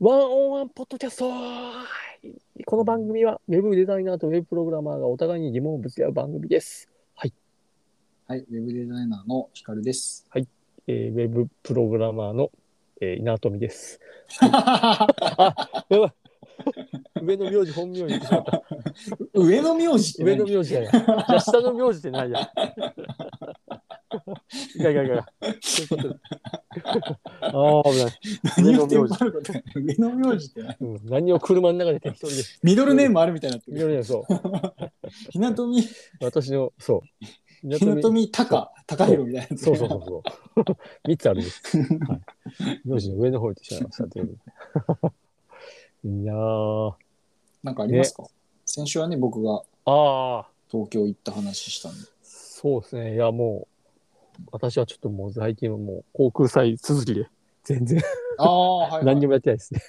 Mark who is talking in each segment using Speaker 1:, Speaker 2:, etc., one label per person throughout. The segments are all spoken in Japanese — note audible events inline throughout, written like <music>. Speaker 1: ワンオンワンポッドキャストこの番組はウェブデザイナーとウェブプログラマーがお互いに疑問をぶつけ合う番組です。
Speaker 2: はい、ウェブデザイナーのヒカルです。
Speaker 1: えーウェブプログラマーの、えー稲富です。やばい上の名字本名字ってしまった。
Speaker 2: <laughs> 上の名字っ
Speaker 1: <laughs>
Speaker 2: て
Speaker 1: 上
Speaker 2: 何
Speaker 1: の名字やな。じゃあ下の名字ってないや。いやいやいやい <laughs> や。そういうことああ、危ない、
Speaker 2: 何を言ってることや <laughs> 上の名字って何
Speaker 1: うん。何を車の中で適当に <laughs>
Speaker 2: ミドルネームある <laughs> みたいになって
Speaker 1: 見ら
Speaker 2: る。
Speaker 1: れない。そう。
Speaker 2: ひなとみ、ひ
Speaker 1: 私の、 <laughs> そう。稲
Speaker 2: な
Speaker 1: 富
Speaker 2: とみたか、たかひろみたいなやつ。
Speaker 1: そうそうそうそう。 <laughs> 三つあるんです。はい。名字の上の方行ってしまいました。ということで <laughs> いやー、
Speaker 2: なんかありますか、先週はね、僕が
Speaker 1: ああ、
Speaker 2: 東京行った話したんで。
Speaker 1: そうですね。いや、もう、私はちょっともう最近はもう航空祭続きで、全然
Speaker 2: ああ、はい、はい。
Speaker 1: 何にも
Speaker 2: も。
Speaker 1: やってないですね。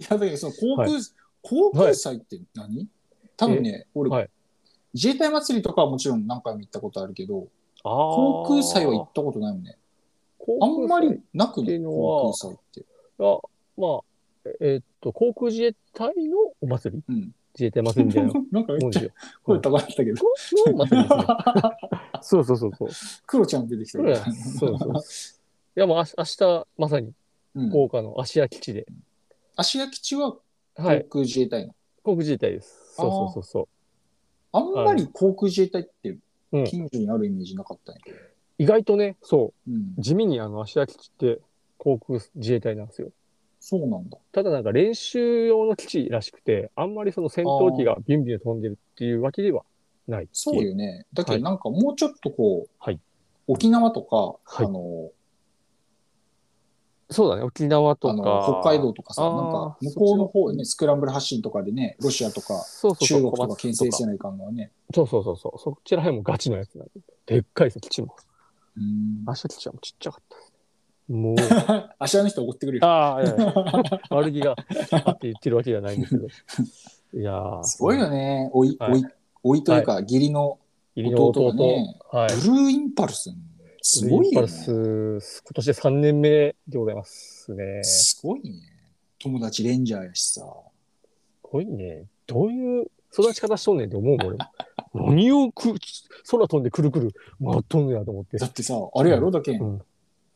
Speaker 2: いや、だけどその航空、
Speaker 1: は
Speaker 2: 航空祭って何、多分ね、俺、
Speaker 1: はい
Speaker 2: 自衛隊祭りとかはもちろん何回も行ったことあるけど、
Speaker 1: ああ。
Speaker 2: 航空祭は行ったことないもんね。あん
Speaker 1: 航
Speaker 2: ま
Speaker 1: 空祭
Speaker 2: りなく
Speaker 1: ってい
Speaker 2: ね、
Speaker 1: うのは
Speaker 2: 航空祭って。
Speaker 1: あまあ、えーっと、航空自衛隊のお祭り
Speaker 2: うん。
Speaker 1: 自衛隊祭りみたい
Speaker 2: <laughs>
Speaker 1: な
Speaker 2: なんか
Speaker 1: も
Speaker 2: め
Speaker 1: んで
Speaker 2: っち
Speaker 1: す
Speaker 2: ゃ
Speaker 1: よ。
Speaker 2: 声高かったけど。
Speaker 1: のお祭りですね。
Speaker 2: <laughs>
Speaker 1: そうそうそうそう。
Speaker 2: クロちゃん出てきた
Speaker 1: そ
Speaker 2: け
Speaker 1: れ
Speaker 2: ど。
Speaker 1: はそうそう。 <laughs> いや、もうあ明日、まさに
Speaker 2: うん
Speaker 1: 福岡の芦屋基地で、
Speaker 2: 芦屋基地は
Speaker 1: は
Speaker 2: 航
Speaker 1: い、
Speaker 2: 空自衛隊の。
Speaker 1: 航空自衛隊です。そうそうそうそ
Speaker 2: あんまり航空自衛隊って
Speaker 1: うん
Speaker 2: 近所にあるイメージなかったんやけど。
Speaker 1: う。意外とね、そう
Speaker 2: うん
Speaker 1: う、。地味にあの、芦屋基地って航空自衛隊なんですよ。
Speaker 2: そうなんだ。
Speaker 1: ただなんか練習用の基地らしくて、あんまりその戦闘機がビュンビュン飛んでるっていうわけではないってい
Speaker 2: そうよね。だけ
Speaker 1: はい
Speaker 2: どなんかもうちょっとこう、
Speaker 1: はい
Speaker 2: 沖縄とか、
Speaker 1: はい
Speaker 2: あの、
Speaker 1: そうだね、沖縄とか
Speaker 2: あの。北海道とかさ、
Speaker 1: あ
Speaker 2: な
Speaker 1: ー
Speaker 2: んか向こうの方よね、スクランブル発進とかでね、ロシアとか、
Speaker 1: そうそう
Speaker 2: 中
Speaker 1: そう
Speaker 2: 国と
Speaker 1: 小
Speaker 2: か
Speaker 1: 松
Speaker 2: 牽制せないかんのはね。
Speaker 1: そうそうそうそう。そちら辺もガチのやつなんで。でっかいですね、基地も。
Speaker 2: うん
Speaker 1: 芦屋基地はもうちっちゃかったですね。もう。
Speaker 2: 芦屋の人怒ってくれる。
Speaker 1: ああ、いやいや
Speaker 2: <laughs>
Speaker 1: 悪気があって言ってるわけではないんですけど。いやー
Speaker 2: すごいよね。おい、
Speaker 1: はい
Speaker 2: おい、おいというか、義理の
Speaker 1: 義理の
Speaker 2: 弟
Speaker 1: 弟
Speaker 2: がね、
Speaker 1: はい
Speaker 2: ブ。ルーインパルス。すごい
Speaker 1: ブルーイ
Speaker 2: よね。
Speaker 1: ンパルス、今年で3年目でございますね。す
Speaker 2: すごいね。友達レンジャーやしさ。
Speaker 1: ごいね。どういう育ち方しとんねんって思うもん、俺も何をく空飛んでくるくる回っとんねやと思って
Speaker 2: だ。ってさ、あれやろだけん、
Speaker 1: うん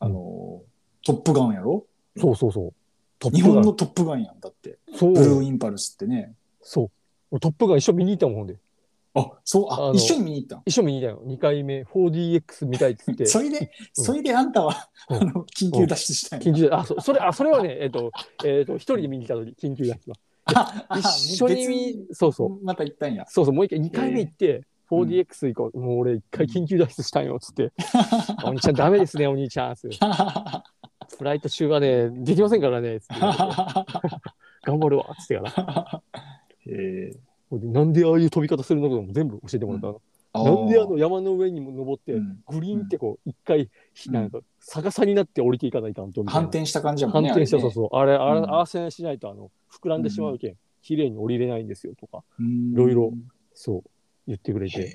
Speaker 2: あの、トップガンやろ
Speaker 1: そうそうそう。トッ
Speaker 2: 日
Speaker 1: プガ
Speaker 2: 本の
Speaker 1: ン。
Speaker 2: トップガンやん。だって、
Speaker 1: そ
Speaker 2: ブルー
Speaker 1: う。
Speaker 2: インパルスってね。
Speaker 1: そう。俺トップガン一緒見に行ったもんほんで。
Speaker 2: あ、そう、
Speaker 1: あ
Speaker 2: あ、
Speaker 1: の
Speaker 2: 一緒に見に行ったん
Speaker 1: 一緒見に行ったよ。2回目、4DX 見たいっつって。
Speaker 2: それで、それであんたは、
Speaker 1: うん
Speaker 2: あの、緊急脱出したんや
Speaker 1: 緊急あそそれあそれはねえっ、とえっ、と一人で見に行った時緊急脱出
Speaker 2: ああ
Speaker 1: は一緒に
Speaker 2: 別に
Speaker 1: そうそう
Speaker 2: また行ったんや。
Speaker 1: そうそうもう一回二回目行って、4DX 行こう、もう俺一回緊急脱出したんよっつ
Speaker 2: <laughs>
Speaker 1: って「お兄ちゃんダメですねお兄ちゃん」つってフライト中はねできませんからね」
Speaker 2: <laughs>
Speaker 1: つって言われて頑張るわ」っつってから
Speaker 2: へえ
Speaker 1: ほいでなんでああいう飛び方するのかも全部教えてもらったの、
Speaker 2: あ
Speaker 1: なんであ
Speaker 2: ー
Speaker 1: の山の上にも登って、
Speaker 2: うん
Speaker 1: グリーンってこう一回、
Speaker 2: うん
Speaker 1: なんか逆さになって降りていかないかんとみたい
Speaker 2: 反
Speaker 1: な
Speaker 2: 転した感じやもん
Speaker 1: 反
Speaker 2: ね。
Speaker 1: 転した
Speaker 2: あ
Speaker 1: そ
Speaker 2: れね
Speaker 1: うそうあれあれ、
Speaker 2: うん
Speaker 1: ああせんしないとあの膨らんでしまうけん綺麗に降りれないんですよとか
Speaker 2: うん
Speaker 1: いろいろそう言ってくれて
Speaker 2: へー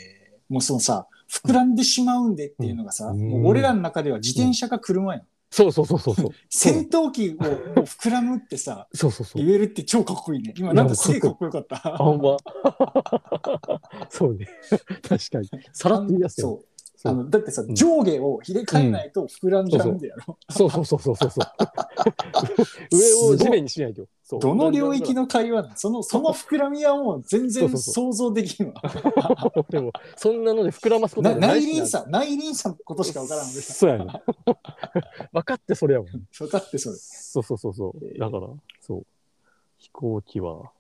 Speaker 2: もうそのさ、膨らんでしまうんでっていうのがさ、
Speaker 1: うん
Speaker 2: もう俺らの中では自転車か車やん。
Speaker 1: そうそうそうそうそう
Speaker 2: 戦闘機をもう膨らむってさ、
Speaker 1: そうそうそう
Speaker 2: 言えるって超かっこいいね。今なんかすげえかっこよかった。
Speaker 1: あほんま <laughs> そうね確かにさらっと言い出すよ
Speaker 2: そう。
Speaker 1: そ
Speaker 2: あ
Speaker 1: う
Speaker 2: のだってさ、
Speaker 1: ん
Speaker 2: 上下を入れ替えないと膨らんじゃうんだよ。
Speaker 1: そうそうそう
Speaker 2: <laughs>
Speaker 1: そうそうそう上を地面にしないとそう
Speaker 2: どの領域
Speaker 1: の
Speaker 2: の会話なのその、その膨らみはもう全
Speaker 1: そ
Speaker 2: 然
Speaker 1: うそうそ
Speaker 2: 想像できんわ。
Speaker 1: でもそんなので膨らますことな
Speaker 2: な
Speaker 1: んてな
Speaker 2: 内
Speaker 1: いし
Speaker 2: 輪
Speaker 1: な
Speaker 2: 差、内輪差のことしかわからん俺ら。
Speaker 1: そうやね分かってそれや
Speaker 2: <laughs>
Speaker 1: もん
Speaker 2: 分かってそれ。
Speaker 1: そうそうそうそうだからそう飛行機は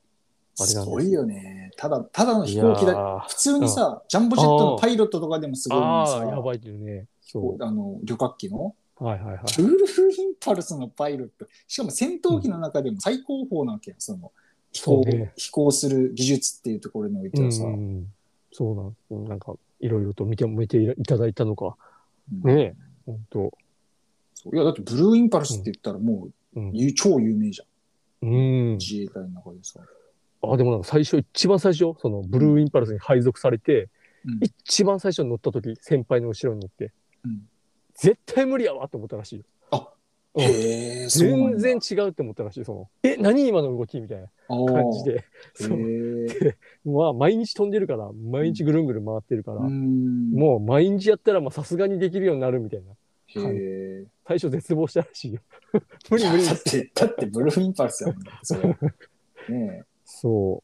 Speaker 1: あれなんです
Speaker 2: す
Speaker 1: よ
Speaker 2: ごいよね。ただ、ただの飛行機
Speaker 1: いや
Speaker 2: だ。
Speaker 1: ー
Speaker 2: 普通にさ、ジャンボジェットのパイロットとかでもすごいのに
Speaker 1: あ
Speaker 2: さ
Speaker 1: あ、やばいっていうね。そ
Speaker 2: あの旅客機の
Speaker 1: う。はいはいはい。
Speaker 2: ブルーインパルスのパイロットしかも戦闘機の中でも最高峰なわけやんその飛行,、
Speaker 1: そうね
Speaker 2: 飛行する技術っていうところにおいてはさ、
Speaker 1: う
Speaker 2: うん
Speaker 1: ん、そうなん、なんか、いろいろと見て、見ていただいたのか。ねえ、本当。
Speaker 2: そういやだってブルーインパルスって言ったらもう、
Speaker 1: うん
Speaker 2: ゆ超有名じゃん
Speaker 1: うん。
Speaker 2: 自衛隊の中でさ、
Speaker 1: あ、でもなんか最初、一番最初、そのブルーインパルスに配属されて、
Speaker 2: うん
Speaker 1: 一番最初に乗った時、先輩の後ろに乗って、
Speaker 2: うん
Speaker 1: 絶対無理やわと思ったらしいよ。
Speaker 2: あ
Speaker 1: うん
Speaker 2: へえ、そうなん
Speaker 1: 全
Speaker 2: だ
Speaker 1: 然違うって思ったらしい、その、え、何今の動きみたいな感じで。
Speaker 2: あ
Speaker 1: そ
Speaker 2: ー
Speaker 1: う
Speaker 2: へえ
Speaker 1: まあ、毎日飛んでるから、毎日ぐるんぐるん回ってるから、
Speaker 2: うん
Speaker 1: もう毎日やったら、まあ、さすがにできるようになるみたいな。
Speaker 2: へえ。
Speaker 1: 最初絶望したらしいよ。 <laughs> 無理無理
Speaker 2: だって、だってブルーインパルスやもんだ、そ
Speaker 1: <laughs>
Speaker 2: れ。ね
Speaker 1: そう。も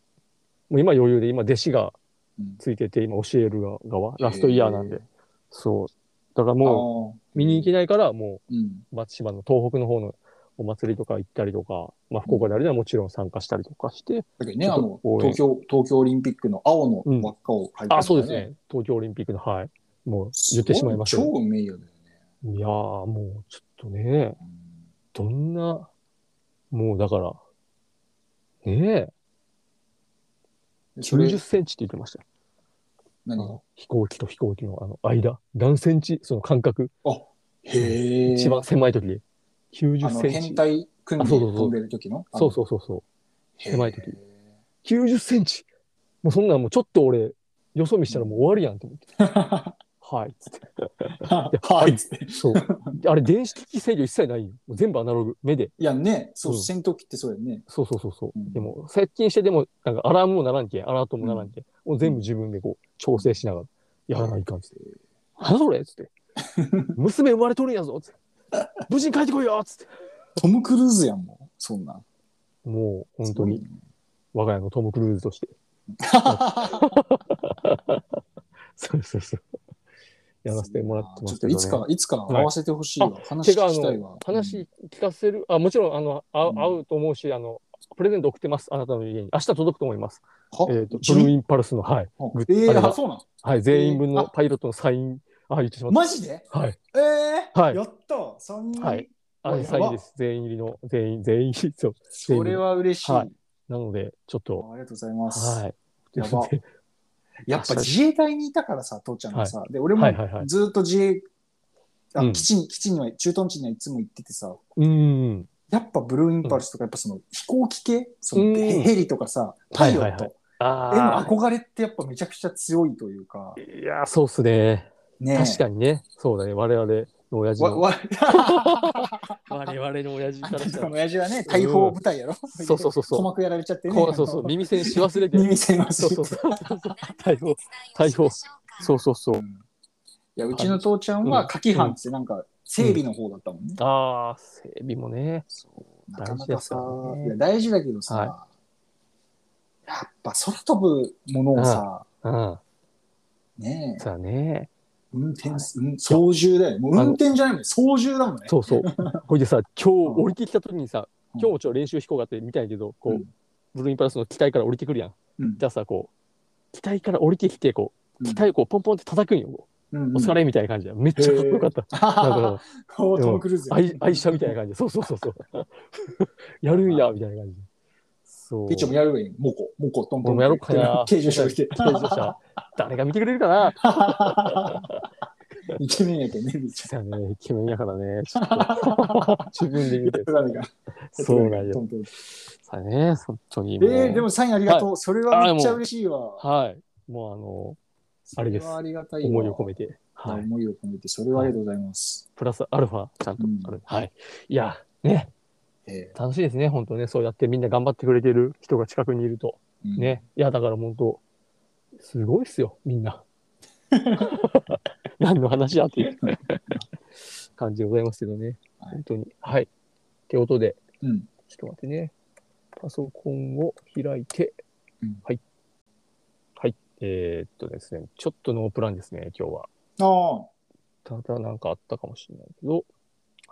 Speaker 1: う今余裕で、今弟子が
Speaker 2: うん
Speaker 1: ついてて、今教える側、
Speaker 2: え。
Speaker 1: ラストイヤーなんで。そう。だから
Speaker 2: あ
Speaker 1: もう、
Speaker 2: ー。
Speaker 1: 見に行けないから、も
Speaker 2: うん。
Speaker 1: う、松島の東北の方のお祭りとか行ったりとか、まあ、福岡であるのはもちろん参加したりとかして、
Speaker 2: だけどね、
Speaker 1: ち
Speaker 2: あ
Speaker 1: ょっと
Speaker 2: の、
Speaker 1: 応援
Speaker 2: 東京、東京オリンピックの青の輪っかを書いてるから
Speaker 1: あ、そうです。ね。東京オリンピックの、はい。もう、言ってしまいました
Speaker 2: す
Speaker 1: けど
Speaker 2: ご超名誉だよね。
Speaker 1: いやー、もう、ちょっとね、
Speaker 2: うん
Speaker 1: どんな、もうだから、ねえ、
Speaker 2: それ
Speaker 1: 90センチって言ってましたよ。あ
Speaker 2: 何が
Speaker 1: の飛行機と飛行機のあの間、何センチ、その間隔、
Speaker 2: あへえ。
Speaker 1: 一番狭い時で、
Speaker 2: あの、
Speaker 1: 90セン
Speaker 2: 変
Speaker 1: チ。
Speaker 2: 態組ん
Speaker 1: あ
Speaker 2: で
Speaker 1: そうそうそう
Speaker 2: 飛んでる時の
Speaker 1: そう
Speaker 2: う。
Speaker 1: そうそうそう。
Speaker 2: 狭
Speaker 1: 狭い時90センチもうそんなんもうちょっと俺、よそ見したらもう終わりやんと
Speaker 2: <laughs>
Speaker 1: 思って。はい。っつって。
Speaker 2: <laughs> はい。つって
Speaker 1: そう。あれ、電子的制御一切ないよ。もう全部アナログ、目で。
Speaker 2: いやね、そうう、
Speaker 1: ん
Speaker 2: 戦闘機ってそうやね。
Speaker 1: そうそうそうそう。
Speaker 2: うん
Speaker 1: でも、接近してでも、なんかアラームもならんけん、アラートもならんけん、もう全部自分でこう、調整しながら、やらないかんっつって。なんだそれっつ
Speaker 2: <laughs>
Speaker 1: って。娘生まれとるんやぞっつって。無事に帰ってこいよっつって。
Speaker 2: トム・クルーズやんもん、そんなん。
Speaker 1: もう、本当に、我が家のトム・クルーズと
Speaker 2: <laughs>
Speaker 1: して。そうそうそう。やらせてもらってますけど、ね。
Speaker 2: ちょっといつか、いつか合わせてほしいわ。話
Speaker 1: てか、あ
Speaker 2: 聞きたいわ
Speaker 1: の。、話聞かせる、あ、もちろん、あの、あ
Speaker 2: うん
Speaker 1: 会うと思うし、あの、プレゼント送ってます、あなたの家に。明日届くと思います。
Speaker 2: は
Speaker 1: えっ、と、
Speaker 2: じ
Speaker 1: ブルーインパルスの、はい。
Speaker 2: あ
Speaker 1: グッ
Speaker 2: え
Speaker 1: あれ
Speaker 2: ー、
Speaker 1: が
Speaker 2: あ、そうな
Speaker 1: はい、全員分
Speaker 2: えー
Speaker 1: の
Speaker 2: あ
Speaker 1: パイロットのサイン、あ、言ってしま
Speaker 2: の
Speaker 1: っ
Speaker 2: マジで
Speaker 1: た。はい。
Speaker 2: えー、
Speaker 1: はい
Speaker 2: やった !3 人、
Speaker 1: はいあ
Speaker 2: おい
Speaker 1: れ、サインです。全員入りの、全員、全員入り、そう。
Speaker 2: それは嬉しい。
Speaker 1: はいなので、ちょっ
Speaker 2: あ
Speaker 1: と、
Speaker 2: ありがとうございます。
Speaker 1: はい。
Speaker 2: やばやっぱ自衛隊にいたからさ、父ちゃんがさ、で、俺も
Speaker 1: はいはいはい
Speaker 2: ずっと自衛、あ
Speaker 1: うん
Speaker 2: 基地に、基地には、駐屯地にはいつも行っててさ、
Speaker 1: うーん。
Speaker 2: やっぱブルーインパルスとか、やっぱその飛行機系、その
Speaker 1: うん
Speaker 2: ヘヘリとかさ、パイロットへの
Speaker 1: あ
Speaker 2: 憧れってやっぱめちゃくちゃ強いというか
Speaker 1: あ、、いや、そうっすね。
Speaker 2: ねえ
Speaker 1: 確かにね。そうだね。我々の親父
Speaker 2: わ
Speaker 1: の。
Speaker 2: わ
Speaker 1: 我々の親父
Speaker 2: あ
Speaker 1: から
Speaker 2: ん
Speaker 1: したた
Speaker 2: の
Speaker 1: ら。
Speaker 2: 親父はね、大砲部隊やろ。
Speaker 1: そうそうそうそう
Speaker 2: 鼓膜やられちゃってね。
Speaker 1: こうそうそう、耳栓し忘れて。
Speaker 2: 耳栓忘れて
Speaker 1: そうそうそう。逮捕、逮捕。そうそうそう
Speaker 2: う。んいや、うちの父ちゃんは、柿藩ってなんか、整備の方だったもんね。
Speaker 1: ああ、整備もね。
Speaker 2: そうなかな
Speaker 1: 大事
Speaker 2: かさ、
Speaker 1: ですよね
Speaker 2: いや大事だけどさ、
Speaker 1: は
Speaker 2: やっぱ空飛ぶものをさ、
Speaker 1: うん。
Speaker 2: ねえ
Speaker 1: さあね。
Speaker 2: 運転す、うん操縦だよ。もう運転じゃないもん、操縦だもんね。
Speaker 1: そうそう。ほいでさ、今日
Speaker 2: うん
Speaker 1: 降りてきた時にさ、
Speaker 2: うん
Speaker 1: 今日もちょっと練習飛行があってみたいけど、こ
Speaker 2: う、
Speaker 1: うんブルーインパルスの機体から降りてくるやん。
Speaker 2: うん
Speaker 1: じゃあさ、こう、機体から降りてきて、こう、
Speaker 2: うん
Speaker 1: 機体をこう、ポンポンって叩くんよ。こ
Speaker 2: うん
Speaker 1: うお
Speaker 2: <laughs>
Speaker 1: 疲れみたいな感じで。めっちゃかっこよかった。なんか、
Speaker 2: おートム・クルーズや
Speaker 1: 愛愛車みたいな感じで。そうそうそう
Speaker 2: <laughs>
Speaker 1: そう。やるんや、みたいな感じで。そう。
Speaker 2: ピッチもやるがいいの。モコ、モコ、トント
Speaker 1: 俺
Speaker 2: ン。
Speaker 1: もやろうかな。
Speaker 2: 軽乗車来て。
Speaker 1: 軽乗
Speaker 2: <laughs>
Speaker 1: 車。誰が見てくれるかな。
Speaker 2: イケメンやけんね、みっち
Speaker 1: 実はね、イケメンやからね。ちょ
Speaker 2: <laughs>
Speaker 1: っと自分で言うて
Speaker 2: ゃ。ん。誰が
Speaker 1: そうなん
Speaker 2: ト
Speaker 1: よ。
Speaker 2: ントン
Speaker 1: さあね、本当に
Speaker 2: え
Speaker 1: もう。
Speaker 2: ー、でもサインありがとう。それはめっちゃ嬉しいわ。
Speaker 1: はい。もうあの、あれです
Speaker 2: そはありがたいわ
Speaker 1: 思いを込めて。はい。
Speaker 2: 思いを込めて、それはありがとうございます。
Speaker 1: プラスアルファ、ちゃんとある。
Speaker 2: う
Speaker 1: はい。いや、ね、
Speaker 2: え
Speaker 1: 楽しいですね、本当ね。そうやってみんな頑張ってくれてる人が近くにいると。
Speaker 2: えうん
Speaker 1: ね。いや、だから本当、すごいっすよ、みん
Speaker 2: <laughs>
Speaker 1: な。何の話やっていう感じでございますけどね。
Speaker 2: はい
Speaker 1: 本当に。はい。ってことで、
Speaker 2: うん。
Speaker 1: ちょっと待ってね。パソコンを開いて、
Speaker 2: うん
Speaker 1: はい。はい。えーっとですね、ちょっとノープランですね、今日は。
Speaker 2: ああ、
Speaker 1: ただなんかあったかもしれないけど、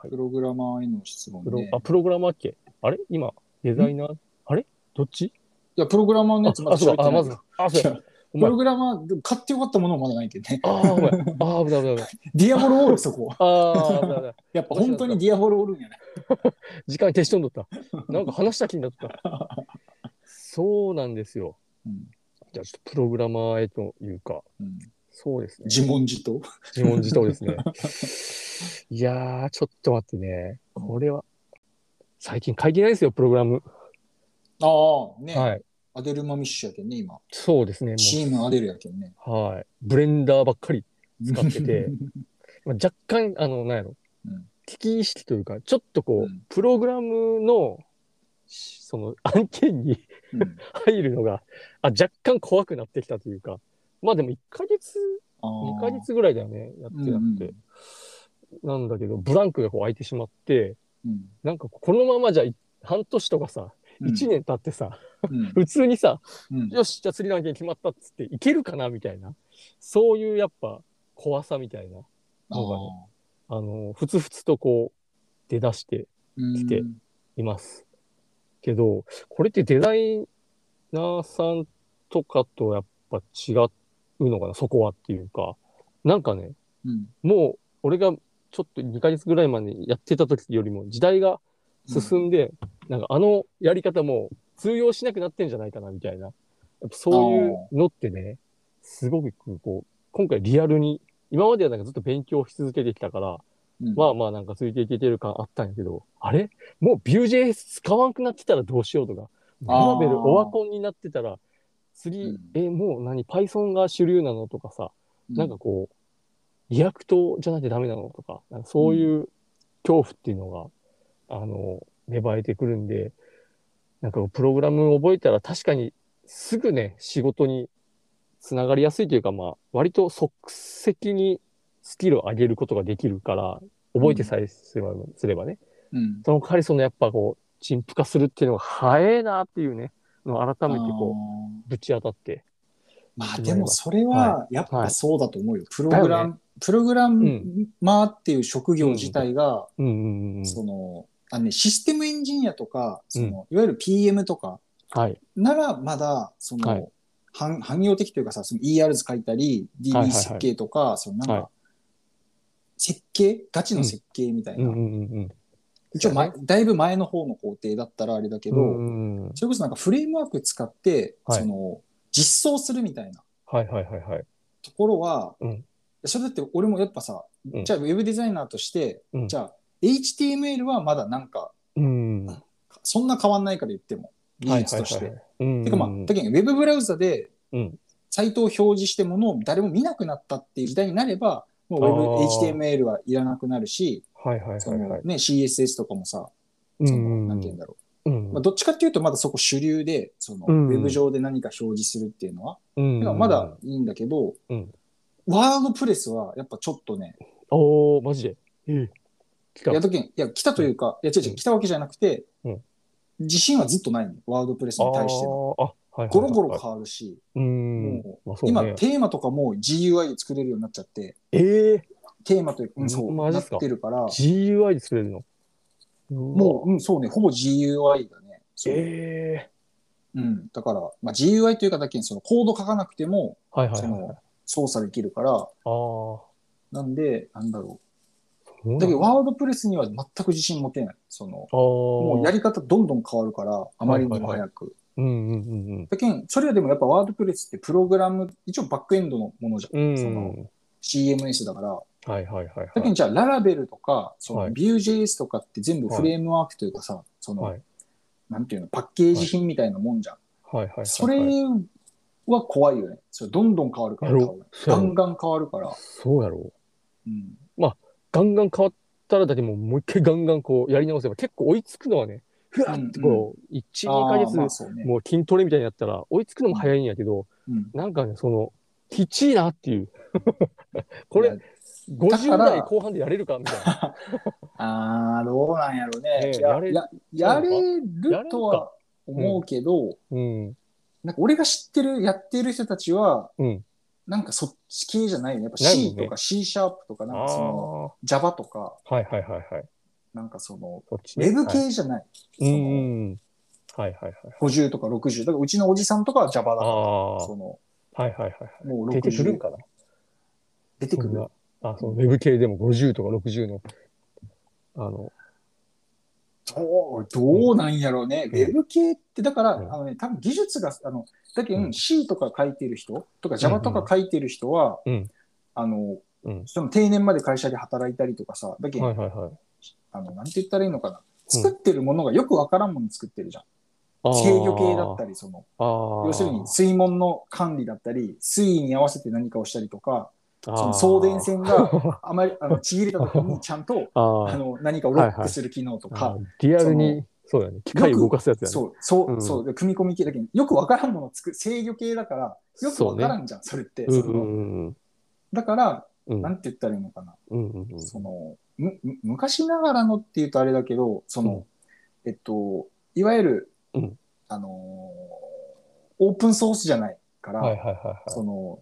Speaker 2: プログラマーへの質問
Speaker 1: プロ,、
Speaker 2: ね。
Speaker 1: あプログラマーっけあれ今、デザイナー、あれどっち
Speaker 2: いや、プログラマーのやつ
Speaker 1: あ、
Speaker 2: ま
Speaker 1: あ
Speaker 2: だ
Speaker 1: そう
Speaker 2: 喋って
Speaker 1: だ、
Speaker 2: な
Speaker 1: あ、ま
Speaker 2: い。
Speaker 1: ず、あ、そう
Speaker 2: い
Speaker 1: だ
Speaker 2: や。
Speaker 1: お
Speaker 2: プ
Speaker 1: 前
Speaker 2: ログラマー、でも買ってよかったものもまだないけどね。 <laughs>
Speaker 1: あー、ごめん。あー、危ない危ない危ない。
Speaker 2: ディアボロおる、
Speaker 1: <laughs>
Speaker 2: そこ。
Speaker 1: あー、危ない危ない。
Speaker 2: やっぱ本当にディアボロおるんやね。
Speaker 1: 時間に消しとんどった。なんか話した気になっとった。そうなんですよ。
Speaker 2: うん
Speaker 1: じゃあちょっとプログラマーへというか、
Speaker 2: うん
Speaker 1: そうですね。
Speaker 2: 自問自答。
Speaker 1: 自問自答ですね。 <laughs> いやー、ちょっと待ってね。これは、最近書いてないですよ、プログラム。
Speaker 2: ああ、ね、
Speaker 1: はい。
Speaker 2: アデルマミッシュやけんね、今。
Speaker 1: そうですね、
Speaker 2: チームアデルやけんね。
Speaker 1: もう。はい。ブレンダーばっかり。使ってて
Speaker 2: <laughs> う
Speaker 1: まあ、若干、あの、なんやろ。
Speaker 2: うん
Speaker 1: 危機意識というか、ちょっとこう、
Speaker 2: うん
Speaker 1: プログラムの、しその案件に <laughs>
Speaker 2: うん
Speaker 1: 入るのが、あ、若干怖くなってきたというか、まあでも1ヶ月、
Speaker 2: あー
Speaker 1: 2ヶ月ぐらいだよね、やってなくて。なんだけど、ブランクがこう空いてしまって、
Speaker 2: うん
Speaker 1: なんかこのままじゃい半年とかさ、
Speaker 2: うん
Speaker 1: 1年経ってさ、
Speaker 2: うん
Speaker 1: 普通にさ、 <laughs>
Speaker 2: うん
Speaker 1: よし、じゃあ釣りの案件決まったっつって、いけるかなみたいな。そういうやっぱ怖さみたいな。
Speaker 2: あー
Speaker 1: あの、ふつふつとこう、出だして
Speaker 2: うん
Speaker 1: 来ています。けど、これってデザイナーさんとかとやっぱ違うのかなそこはっていうか。なんかね、
Speaker 2: うん
Speaker 1: もう俺がちょっと2ヶ月ぐらい前にやってた時よりも時代が進んで、なんかあのやり方もう通用しなくなってんじゃないかなみたいな。やっぱそういうのってね、すごくこう、今回リアルに、今まではなんかずっと勉強し続けてきたから、
Speaker 2: うん
Speaker 1: まあまあなんかついていけてる感あったんやけど、あれもう Vue.js 使わんくなってたらどうしようとか、
Speaker 2: あー
Speaker 1: ラベルオワコンになってたら、次、
Speaker 2: うん
Speaker 1: え、もう何 ?Python が主流なのとかさ、なんかこう、リアクトじゃなきゃダメなのとか、なんかそういう恐怖っていうのが、あの、芽生えてくるんで、なんかプログラムを覚えたら確かにすぐね、仕事につながりやすいというか、まあ、割と即席にスキルを上げることができるから、覚えてさえすれば,、すればね。
Speaker 2: うん
Speaker 1: その代わりそのやっぱこう、陳腐化するっていうのが早えなっていうね、のを改めてこ
Speaker 2: あ
Speaker 1: う、
Speaker 2: ー
Speaker 1: ぶち当たって。
Speaker 2: まあでもそれはやっぱそうだと思うよ。プログラ
Speaker 1: だ
Speaker 2: ム、プログラ
Speaker 1: う
Speaker 2: マーっていう職業自体が、
Speaker 1: うんうんうんうん。
Speaker 2: その、あのね、システムエンジニアとか、そのいわゆる PM とか
Speaker 1: はい。
Speaker 2: ならまだ、その、
Speaker 1: はい
Speaker 2: 汎汎用的というかさ、その ERs 書いたり、
Speaker 1: はいは
Speaker 2: DB
Speaker 1: いはい
Speaker 2: 設計とか、そのなんか、
Speaker 1: はい
Speaker 2: 設計ガチの設計みたい
Speaker 1: うん
Speaker 2: な。
Speaker 1: うんうんうん。
Speaker 2: 一応、前だいぶ前の方の工程だったらあれだけど、
Speaker 1: うんうんうん
Speaker 2: それこそなんかフレームワーク使って、
Speaker 1: はい
Speaker 2: その、実装するみたいな。
Speaker 1: はいはいはいはい。
Speaker 2: ところは、
Speaker 1: うん
Speaker 2: それだって俺もやっぱさ、
Speaker 1: うん
Speaker 2: じゃあウェブデザイナーとして、
Speaker 1: うん
Speaker 2: じゃあ HTML はまだなんか
Speaker 1: うん。は
Speaker 2: そんな変わんないから言っても
Speaker 1: い
Speaker 2: 技
Speaker 1: はい
Speaker 2: 術として。
Speaker 1: はい。うん。
Speaker 2: てかまあ、だけどウェブブラウザで
Speaker 1: うん
Speaker 2: サイトを表示してものを誰も見なくなったっていう時代になればもうウェ
Speaker 1: あー
Speaker 2: ブ HTML はいらなくなるし、
Speaker 1: はいはい
Speaker 2: そ
Speaker 1: はい
Speaker 2: の
Speaker 1: はい。
Speaker 2: ね、CSS とかもさ、
Speaker 1: う
Speaker 2: そのなんて言うん
Speaker 1: ん
Speaker 2: だろ
Speaker 1: う
Speaker 2: う、
Speaker 1: ん
Speaker 2: まあ、どっちかっていうとまだそこ主流でその、
Speaker 1: うん
Speaker 2: ウェブ上で何か表示するっていうのは、
Speaker 1: うん
Speaker 2: だからまだ。いいんだけど、
Speaker 1: うん
Speaker 2: ワードプレスはやっぱちょっとね
Speaker 1: おおマジで。ええ来た
Speaker 2: いや、時に、いや、来たというか、いや、違う違
Speaker 1: う
Speaker 2: う、
Speaker 1: ん
Speaker 2: 来たわけじゃなくて、
Speaker 1: うん
Speaker 2: 自信はずっとないの、ワードプレスに対しての。
Speaker 1: あーあはいはいはいはい。
Speaker 2: ゴロゴロ変わるし、
Speaker 1: うん。
Speaker 2: も
Speaker 1: まあ
Speaker 2: う、
Speaker 1: そう
Speaker 2: 今、
Speaker 1: ね。
Speaker 2: テーマとかも GUI 作れるようになっちゃって、
Speaker 1: ええ
Speaker 2: テーマというか、うん、
Speaker 1: ん
Speaker 2: そう、
Speaker 1: マジ
Speaker 2: な
Speaker 1: っ
Speaker 2: っ
Speaker 1: すか
Speaker 2: てるから、
Speaker 1: GUI で作れるの。
Speaker 2: も
Speaker 1: も
Speaker 2: う、うん、そうね、ほぼ GUI だね。そう
Speaker 1: ええ
Speaker 2: うん、だから、まあ、GUI というかだけに、そのコード書かなくても、
Speaker 1: はいはい
Speaker 2: そ
Speaker 1: はい。
Speaker 2: の、操作できるから、
Speaker 1: ああ。
Speaker 2: なんで、なんだろ
Speaker 1: そう
Speaker 2: う。
Speaker 1: な
Speaker 2: だ
Speaker 1: ん
Speaker 2: けど、ワードプレスには全く自信持てない。その、
Speaker 1: ああ。も
Speaker 2: もうやり方どんどん変わるから、あまりにも
Speaker 1: はいはい
Speaker 2: 早く。
Speaker 1: うんうんうん
Speaker 2: だけん、それはでもやっぱワードプレスってプログラム、一応バックエンドのものじゃん。
Speaker 1: うん。
Speaker 2: そ
Speaker 1: うん。
Speaker 2: CMS だから。
Speaker 1: はいはいはい
Speaker 2: だけ
Speaker 1: は
Speaker 2: ん
Speaker 1: い。
Speaker 2: じゃあ、ララベルとか、そ
Speaker 1: は
Speaker 2: の
Speaker 1: い
Speaker 2: Vue.js とかって全部フレームワークというかさ、その、
Speaker 1: はい
Speaker 2: なんていうの、パッケージ品みたいなもんじゃん。
Speaker 1: はいはいはいはい。
Speaker 2: それは怖いよね。それどんどん変わるから
Speaker 1: やろ
Speaker 2: 多分
Speaker 1: そう
Speaker 2: ガ
Speaker 1: やろ
Speaker 2: ンガン変わるから。
Speaker 1: そうやろう。
Speaker 2: うん。
Speaker 1: ガンガン変わったらだけもうもう一回ガンガンこうやり直せば結構追いつくのはね、ふわってこう、1、2
Speaker 2: あ
Speaker 1: ヶ
Speaker 2: ーまあ
Speaker 1: 月
Speaker 2: そうね。
Speaker 1: もう筋トレみたいになったら追いつくのも早いんやけど、
Speaker 2: うん
Speaker 1: なんかね、その、きちいなっていう。 <laughs> これ
Speaker 2: いや、
Speaker 1: 50
Speaker 2: だから
Speaker 1: 代後半でやれるかみたいな。
Speaker 2: ああ、どうなんやろうね。
Speaker 1: ねえ
Speaker 2: いや
Speaker 1: やれ
Speaker 2: ややれるとは思うけど、
Speaker 1: うん。
Speaker 2: なんか俺が知ってる、やってる人たちは、
Speaker 1: うん
Speaker 2: なんかそっち系じゃないよね。やっぱ
Speaker 1: ないも
Speaker 2: C
Speaker 1: んね
Speaker 2: とか C シャープとか、
Speaker 1: あ
Speaker 2: なんかそ
Speaker 1: あ
Speaker 2: の Java とか、
Speaker 1: ー。はいはいはいはい。
Speaker 2: なんかその、
Speaker 1: そっち
Speaker 2: ウ
Speaker 1: ね
Speaker 2: ェ
Speaker 1: は
Speaker 2: ブ
Speaker 1: い
Speaker 2: 系じゃない。
Speaker 1: う
Speaker 2: そ
Speaker 1: ん
Speaker 2: の
Speaker 1: うん。はいはいはい。
Speaker 2: 50とか60。だからうちのおじさんとかは
Speaker 1: あ
Speaker 2: Java だか
Speaker 1: あ。
Speaker 2: ら、
Speaker 1: は
Speaker 2: その、
Speaker 1: いはいはいはい。
Speaker 2: もう60
Speaker 1: 出てくるんかな
Speaker 2: 出てく
Speaker 1: そん
Speaker 2: る
Speaker 1: な。あ、そのウェブ系でも50とか60の、あの、
Speaker 2: どう、どうなんやろうね。
Speaker 1: うん
Speaker 2: ウェブ系って、だから、
Speaker 1: うん
Speaker 2: あのね、多分技術が、あの、だけ
Speaker 1: う
Speaker 2: ど
Speaker 1: ん
Speaker 2: C とか書いてる人とか Java とか書いてる人は、
Speaker 1: うん
Speaker 2: あの、
Speaker 1: うん
Speaker 2: その定年まで会社で働いたりとかさ、だけど、
Speaker 1: はいはいはい。
Speaker 2: あの、なんて言ったらいいのかな。作ってるものがよくわからんもの作ってるじゃん。
Speaker 1: あー
Speaker 2: 制御系だったり、その、
Speaker 1: ああ。
Speaker 2: 要するに水門の管理だったり、水位に合わせて何かをしたりとか、そ
Speaker 1: あー
Speaker 2: の送電線
Speaker 1: <laughs>
Speaker 2: があまりあのちぎれた時にちゃんと
Speaker 1: あ
Speaker 2: あ
Speaker 1: ー
Speaker 2: の何かをロックする機能とか、
Speaker 1: あーリアルにそうだね機械を動かすやつだね
Speaker 2: そうそう、
Speaker 1: うん
Speaker 2: そうで組み込み系だけどよくわからんものを作る制御系だからよくわからんじゃんそ,、れって、
Speaker 1: うん
Speaker 2: そうの
Speaker 1: んうん
Speaker 2: だから
Speaker 1: うん
Speaker 2: なんて言ったらいいのかな、
Speaker 1: うんうんうん
Speaker 2: そのむむ昔ながらのっていうとあれだけどその、えっといわゆる、
Speaker 1: うん
Speaker 2: あのーオープンソースじゃないから、
Speaker 1: はいはいはいは
Speaker 2: その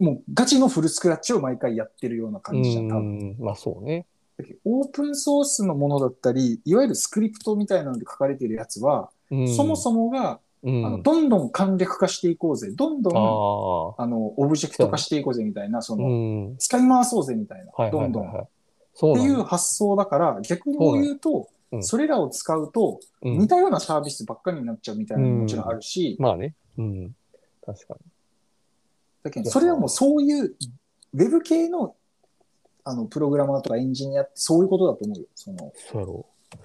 Speaker 2: もうガチのフルスクラッチを毎回やってるような感
Speaker 1: い
Speaker 2: じじゃん多分。
Speaker 1: うんまあそうね
Speaker 2: だけどオープンソースのものだったり、いわゆるスクリプトみたいなので書かれてるやつは、そもそもが、
Speaker 1: も
Speaker 2: あのどんどん簡略化していこうぜ、どんどん
Speaker 1: あ
Speaker 2: あのオブジェクト化していこうぜみたいな、そ
Speaker 1: あ
Speaker 2: の、
Speaker 1: うん
Speaker 2: 使い回そうぜみたい
Speaker 1: はいはい
Speaker 2: な、ど
Speaker 1: はい
Speaker 2: んどん。
Speaker 1: はい
Speaker 2: っ
Speaker 1: そう
Speaker 2: て
Speaker 1: ないん
Speaker 2: う
Speaker 1: だ
Speaker 2: 発想だから、逆にこう言うと、
Speaker 1: うん
Speaker 2: それらを使うと、
Speaker 1: うん
Speaker 2: 似たようなサービスばっかりになっちゃうみたいなのももちろんあるし、
Speaker 1: まあね。うん。確か
Speaker 2: だけど、それはもうそういう、ウェブ系の、あの、プログラマーとかエンジニアってそういうことだと思うよ。その、
Speaker 1: に。そうやろう。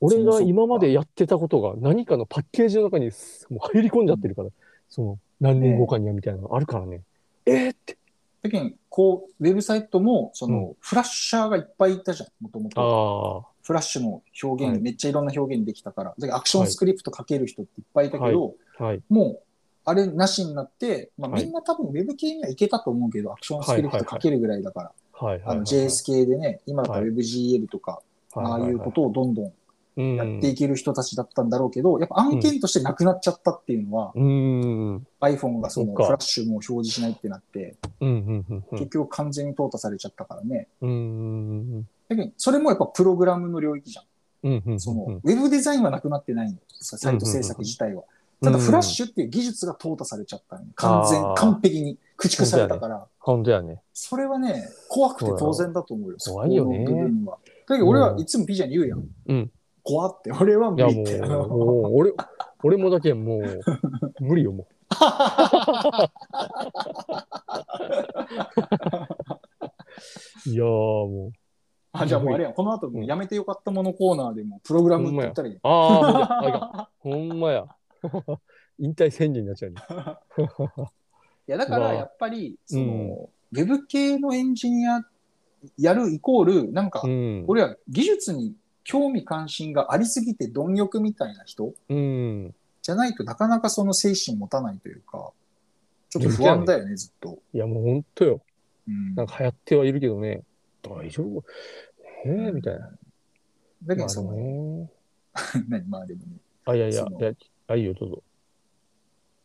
Speaker 1: 俺が今までやってたことが何かのパッケージの中にすもう入り込んじゃってるから、その何年後かにはみたいなのあるからね。えーって。
Speaker 2: だけどこう、ウェブサイトも、その、
Speaker 1: う
Speaker 2: フラッシャーがいっぱいいたじゃん、もともと。
Speaker 1: あ
Speaker 2: フラッシュの表現、
Speaker 1: はい
Speaker 2: めっちゃいろんな表現できたから。だからアクションスクリプト書ける人っていっぱいいたけど、
Speaker 1: あ。はい。
Speaker 2: もう、あれなしになって、まあ、
Speaker 1: はい
Speaker 2: みんな多分ウェブ系にはいけたと思うけど、アクションスクリプト書けるぐらいだから、
Speaker 1: はいはい、はい。
Speaker 2: あの JS 系でね、今だったら
Speaker 1: はい
Speaker 2: WebGL とか、
Speaker 1: は
Speaker 2: ああいうことをどんどん
Speaker 1: と
Speaker 2: やっていける人たちだったんだろうけど、やっぱ案件としてなくなっちゃったっていうのは、
Speaker 1: うん。うん。うん。
Speaker 2: iPhone がその
Speaker 1: そっ
Speaker 2: フ
Speaker 1: か
Speaker 2: ラッシュも表示しないってなって、
Speaker 1: うん。うんう
Speaker 2: 結
Speaker 1: ん。
Speaker 2: 局完全に淘汰されちゃったからね。
Speaker 1: うん。うん。
Speaker 2: だけど、それもやっぱプログラムの領域じゃん。
Speaker 1: うんうん。
Speaker 2: その、ウェブデザインはなくなってないの。サイト制作自体は。ただ、フラッシュっていう技術が淘汰されちゃったの、完
Speaker 1: あ
Speaker 2: 全、
Speaker 1: ー
Speaker 2: 完璧に駆逐されたから、
Speaker 1: ほんとやね。
Speaker 2: それはね、怖くて当然だと思うよ。
Speaker 1: そうだよ
Speaker 2: そこの
Speaker 1: 怖いよね
Speaker 2: 部分は。だけど、俺はいつもピジャに言うやん。
Speaker 1: うん。
Speaker 2: 怖って、俺はい無
Speaker 1: や
Speaker 2: 理
Speaker 1: も
Speaker 2: って。
Speaker 1: う、
Speaker 2: あの
Speaker 1: もう俺、俺もだけんもう、無理よ、もう。いやーもう。
Speaker 2: <laughs> あじゃあもうあれやん、この後もうやめてよかったものコーナーでも、プログラムって言ったらいい。
Speaker 1: ああ、ほんまや。あかんほんまや。引退宣言になっちゃうね。
Speaker 2: <laughs> いや、だからやっぱり、その、
Speaker 1: うん
Speaker 2: ウェブ系のエンジニアやるイコール、なんか
Speaker 1: う、ん。
Speaker 2: 俺は技術に興味関心がありすぎて貪欲みたいな人
Speaker 1: うん。
Speaker 2: じゃないとなかなかその精神持たないというか、ちょっと不安だよね、ずっと。
Speaker 1: いや、もうほんとよ。
Speaker 2: うん、
Speaker 1: なんか流行ってはいるけどね。大丈夫ねえ、みたいな。ま
Speaker 2: だけど
Speaker 1: あで
Speaker 2: そ
Speaker 1: <laughs>
Speaker 2: の、
Speaker 1: もね。
Speaker 2: 何まあでもね。
Speaker 1: あ、いやいや
Speaker 2: その、
Speaker 1: いや、あ、いいよ、どうぞ。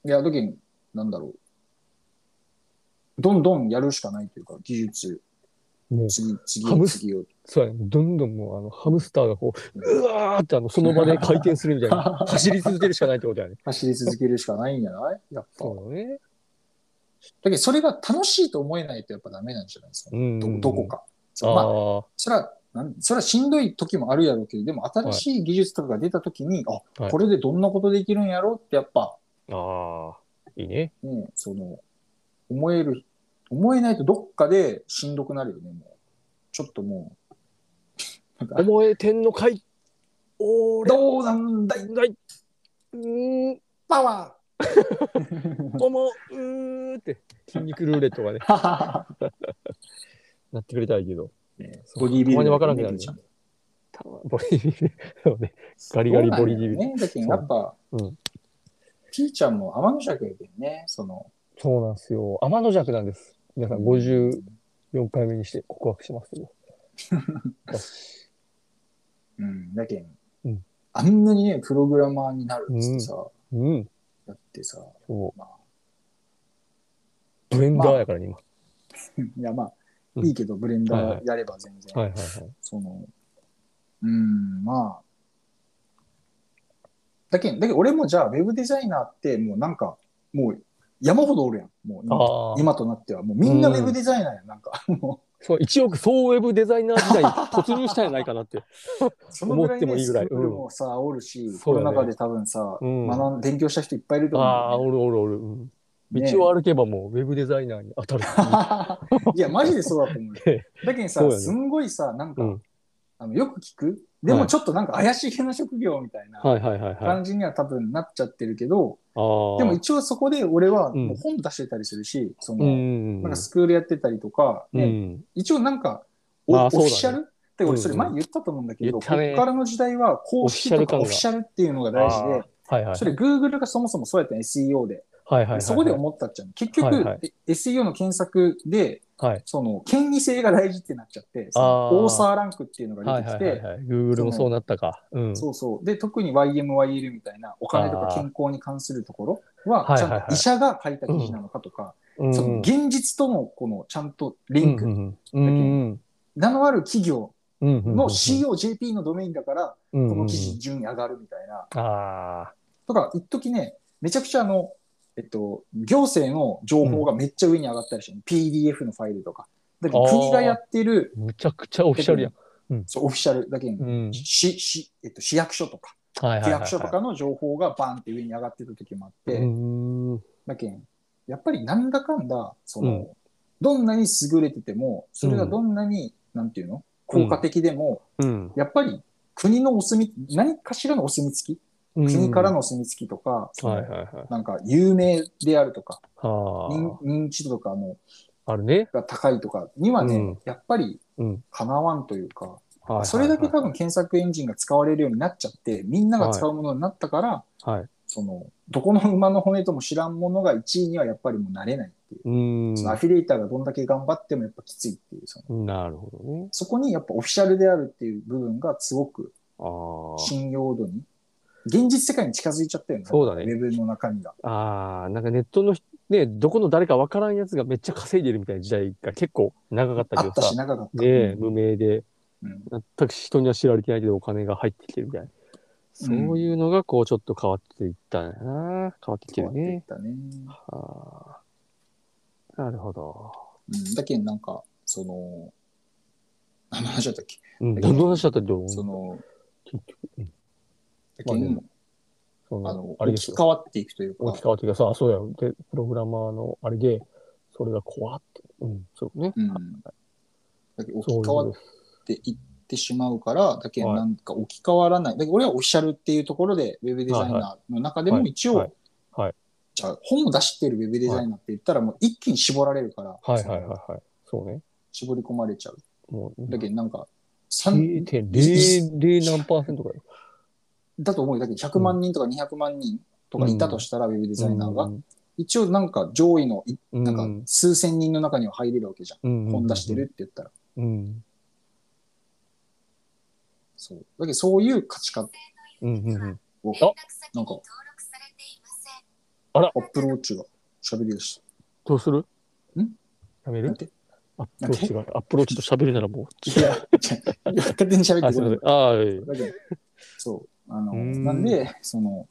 Speaker 2: いや、だけど、なんだろう。どんどんやるしかないというか、技術、
Speaker 1: もう、
Speaker 2: 次、次
Speaker 1: ハ、ムス
Speaker 2: 次を。
Speaker 1: そうやね。どんどんもう、あの、ハムスターがこう、うわーって、あの、その
Speaker 2: <laughs>
Speaker 1: 場で回転するみたいな。走り続けるしかないってことやね。
Speaker 2: <laughs> 走り続けるしかないんじゃないやっぱ。だ
Speaker 1: そうだね。
Speaker 2: けど、それが楽しいと思えないとやっぱダメなんじゃないですか。
Speaker 1: うん。
Speaker 2: どどこ。か。そうまあ、
Speaker 1: あ
Speaker 2: それは、なんそれはしんどい時もあるやろうけど、でも新しい技術とかが出た時に、
Speaker 1: は
Speaker 2: あ、
Speaker 1: い
Speaker 2: これでどんなことできるんやろうってやっぱ、
Speaker 1: あ。ああ。いいね。
Speaker 2: ね、その、思える、思えないとどっかでしんどくなるよね、もう。ちょっともう、なんか、
Speaker 1: 思えてんのかい。おーら、
Speaker 2: どうなんだい、
Speaker 1: ない。うーん。
Speaker 2: パワ
Speaker 1: 思うって筋肉ルーレットがね
Speaker 2: ー
Speaker 1: なってくれたらいいけど
Speaker 2: <laughs> ね
Speaker 1: そう
Speaker 2: ボディービル
Speaker 1: たまにわからんくなるね
Speaker 2: じゃん。
Speaker 1: たボディビルそうねガリガリボディビル
Speaker 2: ね、だけどやっぱ、
Speaker 1: う
Speaker 2: ピ
Speaker 1: うん
Speaker 2: ーちゃんも天の尺やけどね、その、
Speaker 1: そうなんですよ天の弱なんです皆さん54回目にして告白しますけど
Speaker 2: うん、だけど、
Speaker 1: うん
Speaker 2: あんなにね、プログラマーになるっつってさ、
Speaker 1: うん
Speaker 2: だってさ、
Speaker 1: そう
Speaker 2: まあ
Speaker 1: ブレンダーやからね今、
Speaker 2: いや、まあ、
Speaker 1: うん
Speaker 2: いいけど、ブレ
Speaker 1: は
Speaker 2: ン
Speaker 1: い
Speaker 2: ダ
Speaker 1: は
Speaker 2: ーやれば全然、
Speaker 1: はいはいはい
Speaker 2: その、うん、まあ、だけど、だけど俺もじゃあ、ウェブデザイナーって、もうなんか、もう山ほどおるやん。もう今
Speaker 1: ああ
Speaker 2: 今となっては、もうみんなウ
Speaker 1: うん
Speaker 2: ェブデザイナーやん。なんか、も
Speaker 1: そう1億総ウェブデザイナー時
Speaker 2: <laughs>
Speaker 1: 代に突入したんやないかなって
Speaker 2: う、 <laughs> そのぐら
Speaker 1: 思
Speaker 2: い
Speaker 1: ってもい
Speaker 2: ね、
Speaker 1: い
Speaker 2: ス
Speaker 1: ぐら
Speaker 2: ク
Speaker 1: い
Speaker 2: ールもさ、おるし、
Speaker 1: そ
Speaker 2: こ
Speaker 1: うだ
Speaker 2: の
Speaker 1: ね
Speaker 2: 中で多分さ、
Speaker 1: うん
Speaker 2: 学ん勉強した人いっぱいいると
Speaker 1: ああ
Speaker 2: 思う
Speaker 1: おるおるおる、うん
Speaker 2: んだよね。
Speaker 1: 道を歩けばもうウェブデザイナーに
Speaker 2: <laughs>
Speaker 1: 当たるっていう <laughs>
Speaker 2: いや、マジでそうだと思うよ。だけどさ、
Speaker 1: そうだね
Speaker 2: すんごいさ、なんか、
Speaker 1: うん
Speaker 2: あのよく聞く、で
Speaker 1: は
Speaker 2: も
Speaker 1: い
Speaker 2: ちょっとなんか怪しげな職業みたいな
Speaker 1: はいはいはいはい。あ
Speaker 2: 感じには多分なっちゃってるけど、
Speaker 1: あ。
Speaker 2: でも、一応そこで俺は
Speaker 1: うん
Speaker 2: もう本出してたりするし、そ
Speaker 1: うんう
Speaker 2: の、
Speaker 1: んうん。
Speaker 2: なんかスクールやってたりとか、
Speaker 1: う
Speaker 2: ね
Speaker 1: ん。
Speaker 2: 一応なんかオ,、
Speaker 1: まあそう
Speaker 2: フ
Speaker 1: だ
Speaker 2: ィ
Speaker 1: ね
Speaker 2: シャルって俺それ前言ったと思うんだけ
Speaker 1: 言
Speaker 2: ど、
Speaker 1: っ
Speaker 2: こ
Speaker 1: たね
Speaker 2: っからの時代は公式とか
Speaker 1: オ
Speaker 2: オ
Speaker 1: フィ
Speaker 2: フィ
Speaker 1: シ
Speaker 2: シャルっていうのが大事で、
Speaker 1: はいはい。
Speaker 2: それ Google がそもそもそうやって SEO で、
Speaker 1: はいはい。
Speaker 2: そこで思ったっちゃう。結局、
Speaker 1: はいはい
Speaker 2: え SEO の検索で、
Speaker 1: はい
Speaker 2: その、権威性が大事ってなっちゃって、そ
Speaker 1: あー
Speaker 2: のオーサーランクっていうのが
Speaker 1: はい
Speaker 2: 出て
Speaker 1: は
Speaker 2: き
Speaker 1: いはい
Speaker 2: て、
Speaker 1: はい。Google もそうなったか。うん。
Speaker 2: そうそう。で、特に YMYL みたいなお金と
Speaker 1: あ
Speaker 2: か
Speaker 1: ー
Speaker 2: 健康に関するところ
Speaker 1: はい
Speaker 2: は、
Speaker 1: はい
Speaker 2: ち
Speaker 1: はい
Speaker 2: ゃんと医者が書いた記事なのかとか、
Speaker 1: うん
Speaker 2: その現実とのこのちゃんとリン
Speaker 1: う
Speaker 2: ク、
Speaker 1: んうんうん。
Speaker 2: 名のある企業
Speaker 1: うんうん。
Speaker 2: の COJP のドメインだから、
Speaker 1: こ
Speaker 2: この記事順位上がるみたいな。
Speaker 1: あ
Speaker 2: とか、一時ね、めちゃくちゃあの、えっと、行政の情報がめっちゃ上に上がったりして、PDF のファイルとか。だけど
Speaker 1: あー
Speaker 2: 国がやってる
Speaker 1: あ。むちゃくちゃオフィシャルやん。
Speaker 2: そうオフィシャルだけに、
Speaker 1: うん。
Speaker 2: ししえっと、市役所とか、
Speaker 1: はいはいは
Speaker 2: 区
Speaker 1: いはい。
Speaker 2: 役所とかの情報がバーンって上に上がってた時もあって、
Speaker 1: うん。
Speaker 2: だけん、やっぱりなんだかんだ、その、
Speaker 1: うん
Speaker 2: どんなに優れてても、それがどんなに、なんていうの効果的でも、
Speaker 1: うん。
Speaker 2: やっぱり国のお墨、何かしらのお墨付き、国からのお墨付きとか、
Speaker 1: うん。はいはいはい。
Speaker 2: なんか有名であるとか、
Speaker 1: あ
Speaker 2: 認認知度とかの
Speaker 1: あ。あるね。
Speaker 2: が高いとかにはね、
Speaker 1: うん
Speaker 2: やっぱり
Speaker 1: うん。
Speaker 2: かなわんというか、
Speaker 1: はいはいはい
Speaker 2: それだけ多分検索エンジンが使われるようになっちゃって、みんなが使うものになったから、
Speaker 1: はい。
Speaker 2: その、どこの馬の骨とも知らんものが1位にはやっぱりもうなれないっていう。
Speaker 1: うん。
Speaker 2: そのアフィリエイターがどんだけ頑張ってもやっぱきついっていう、その
Speaker 1: なるほどね。
Speaker 2: そこにやっぱオフィシャルであるっていう部分がすごく
Speaker 1: ああ。
Speaker 2: 信用度に、現実世界に近づいちゃったよね。
Speaker 1: そうだね
Speaker 2: ウェブの中身が。
Speaker 1: ああ、なんかネットのひ、ね、どこの誰かわからんやつがめっちゃ稼いでるみたいな時代が結構長かった
Speaker 2: あ
Speaker 1: け
Speaker 2: っ
Speaker 1: ど
Speaker 2: た
Speaker 1: さ
Speaker 2: し、、長かった。
Speaker 1: ねえ
Speaker 2: うん
Speaker 1: 無名で、
Speaker 2: うん
Speaker 1: 全く人には知られてないけどお金が入ってきてるみたいな。そういうのがこうちょっと変わっていったんだな。変わってきて
Speaker 2: 変わ
Speaker 1: る
Speaker 2: っていっ
Speaker 1: ね。
Speaker 2: たね。
Speaker 1: ああ。なるほど。
Speaker 2: うん、だけどなんか、その、何の話だったっけ
Speaker 1: うん、どんな話だったけど、
Speaker 2: その、
Speaker 1: 結局、うん
Speaker 2: だ
Speaker 1: まあ
Speaker 2: け
Speaker 1: でも
Speaker 2: ど、
Speaker 1: その
Speaker 2: あの、、
Speaker 1: あれ
Speaker 2: 置
Speaker 1: です
Speaker 2: き
Speaker 1: よ
Speaker 2: 換。わっていくというか
Speaker 1: 置き、換わってください。あそうやろ。で、プログラマーのあれで、それが怖って。うん、そうね。
Speaker 2: うん。だけど置き
Speaker 1: そう
Speaker 2: 換わっ
Speaker 1: いう
Speaker 2: っていってしまうから、だけど
Speaker 1: はい
Speaker 2: なんか置き換わらない。だけど俺はオフィシャルっていうところで、ウェブデザイナーの中で
Speaker 1: は
Speaker 2: も
Speaker 1: い
Speaker 2: 一
Speaker 1: は
Speaker 2: 応
Speaker 1: いはい、
Speaker 2: じゃあ本を出してるウェブデザイナーって言ったらもう一気に絞られるから、
Speaker 1: はいはいはいはい。そうね。
Speaker 2: 絞り込まれちゃう。
Speaker 1: もう、
Speaker 2: だけどなんか、三
Speaker 1: 0.00何パーセントかよ。
Speaker 2: だと思うよだけど100万人とか200万人とかいたとしたら、ウェブデザイナーが。一応なんか上位のい、
Speaker 1: うん、
Speaker 2: なんか数千人の中には入れるわけじゃん。本
Speaker 1: 本
Speaker 2: 出してるって言ったら。
Speaker 1: うん。
Speaker 2: そう。だけどそういう価値観
Speaker 1: うんうんうん。
Speaker 2: を、
Speaker 1: あ
Speaker 2: なんか、
Speaker 1: あら
Speaker 2: アップローチが喋り出し
Speaker 1: どうする
Speaker 2: ん
Speaker 1: やめ
Speaker 2: た。なん
Speaker 1: る
Speaker 2: て
Speaker 1: アップローチが、アップローチと喋るならもう。
Speaker 2: いや、勝手に喋っ
Speaker 1: あ、
Speaker 2: て
Speaker 1: すみませ
Speaker 2: くれ
Speaker 1: ん。ああ、いい
Speaker 2: だけど、そう、あの、
Speaker 1: うーん
Speaker 2: なんで、その、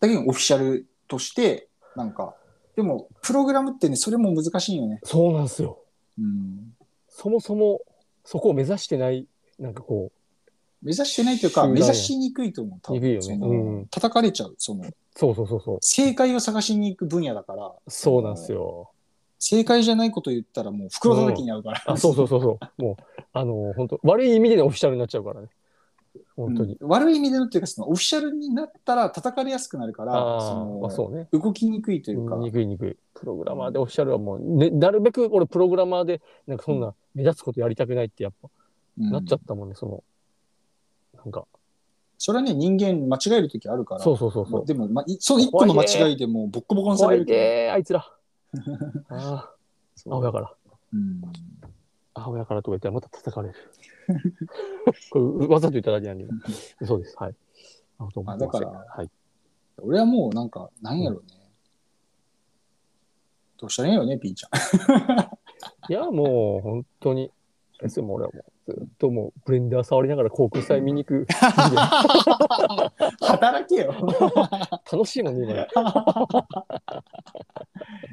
Speaker 2: だけどオフィシャルとして、なんか、でも、プログラムってね、それも難しいよね。
Speaker 1: そうなんですよ。
Speaker 2: うん。
Speaker 1: そもそも、そこを目指してない、なんかこう、
Speaker 2: 目指してないという
Speaker 1: そ
Speaker 2: か、
Speaker 1: うだよ
Speaker 2: 目指しにくいと思う。多分
Speaker 1: 鈍いよね
Speaker 2: その
Speaker 1: うん
Speaker 2: 叩かれちゃう。その、
Speaker 1: そうそうそうそう。
Speaker 2: 正解を探しに行く分野だから、
Speaker 1: そうなんです
Speaker 2: よ。
Speaker 1: よ。
Speaker 2: 正解じゃないこと言ったら、もう袋叩きに合うから。
Speaker 1: あ、そうそうそうそう。もう、あの、本当悪い意味でのオフィシャルになっちゃうからね。本当に。
Speaker 2: うん悪い意味でのっていうか、その、オフィシャルになったら叩かれやすくなるから、
Speaker 1: あ
Speaker 2: そ
Speaker 1: あ、
Speaker 2: の
Speaker 1: まあそうね。
Speaker 2: 動きにくいというか、
Speaker 1: にくいにくい。プログラマーでオフィシャルはもう、ね、なるべく俺プログラマーで、なんかそんな目立つことやりたくないってやっぱ、
Speaker 2: うん
Speaker 1: なっちゃったもんね、その、なんか、
Speaker 2: それはね、人間間違える時あるから。
Speaker 1: そうそうそうそう。
Speaker 2: でも、まあ、いその一個の間違いでもうボッコボコにさ
Speaker 1: 怖
Speaker 2: れ
Speaker 1: い
Speaker 2: るけ
Speaker 1: でー、あいつ
Speaker 2: <laughs>
Speaker 1: ら。ああ、
Speaker 2: ど。
Speaker 1: 青やから。
Speaker 2: うん。
Speaker 1: 青やからとか言ったらまた叩かれる。 <laughs> これ、うわざと言っただけなんで。
Speaker 2: <laughs>
Speaker 1: そうです。はい。あと思ってました
Speaker 2: あだから
Speaker 1: はい。
Speaker 2: 俺はもうなんか、なんやろうね。どうしたらいいんやろね、ピ
Speaker 1: <laughs>
Speaker 2: ーちゃ
Speaker 1: い
Speaker 2: ん。
Speaker 1: や、もう、本当に。ですよ、もう俺はもう、ずっともう、ブレンダー触りながら航空祭見に行 <laughs> く。
Speaker 2: 働けよ。
Speaker 1: 楽しいもんね、今ね。
Speaker 2: <laughs>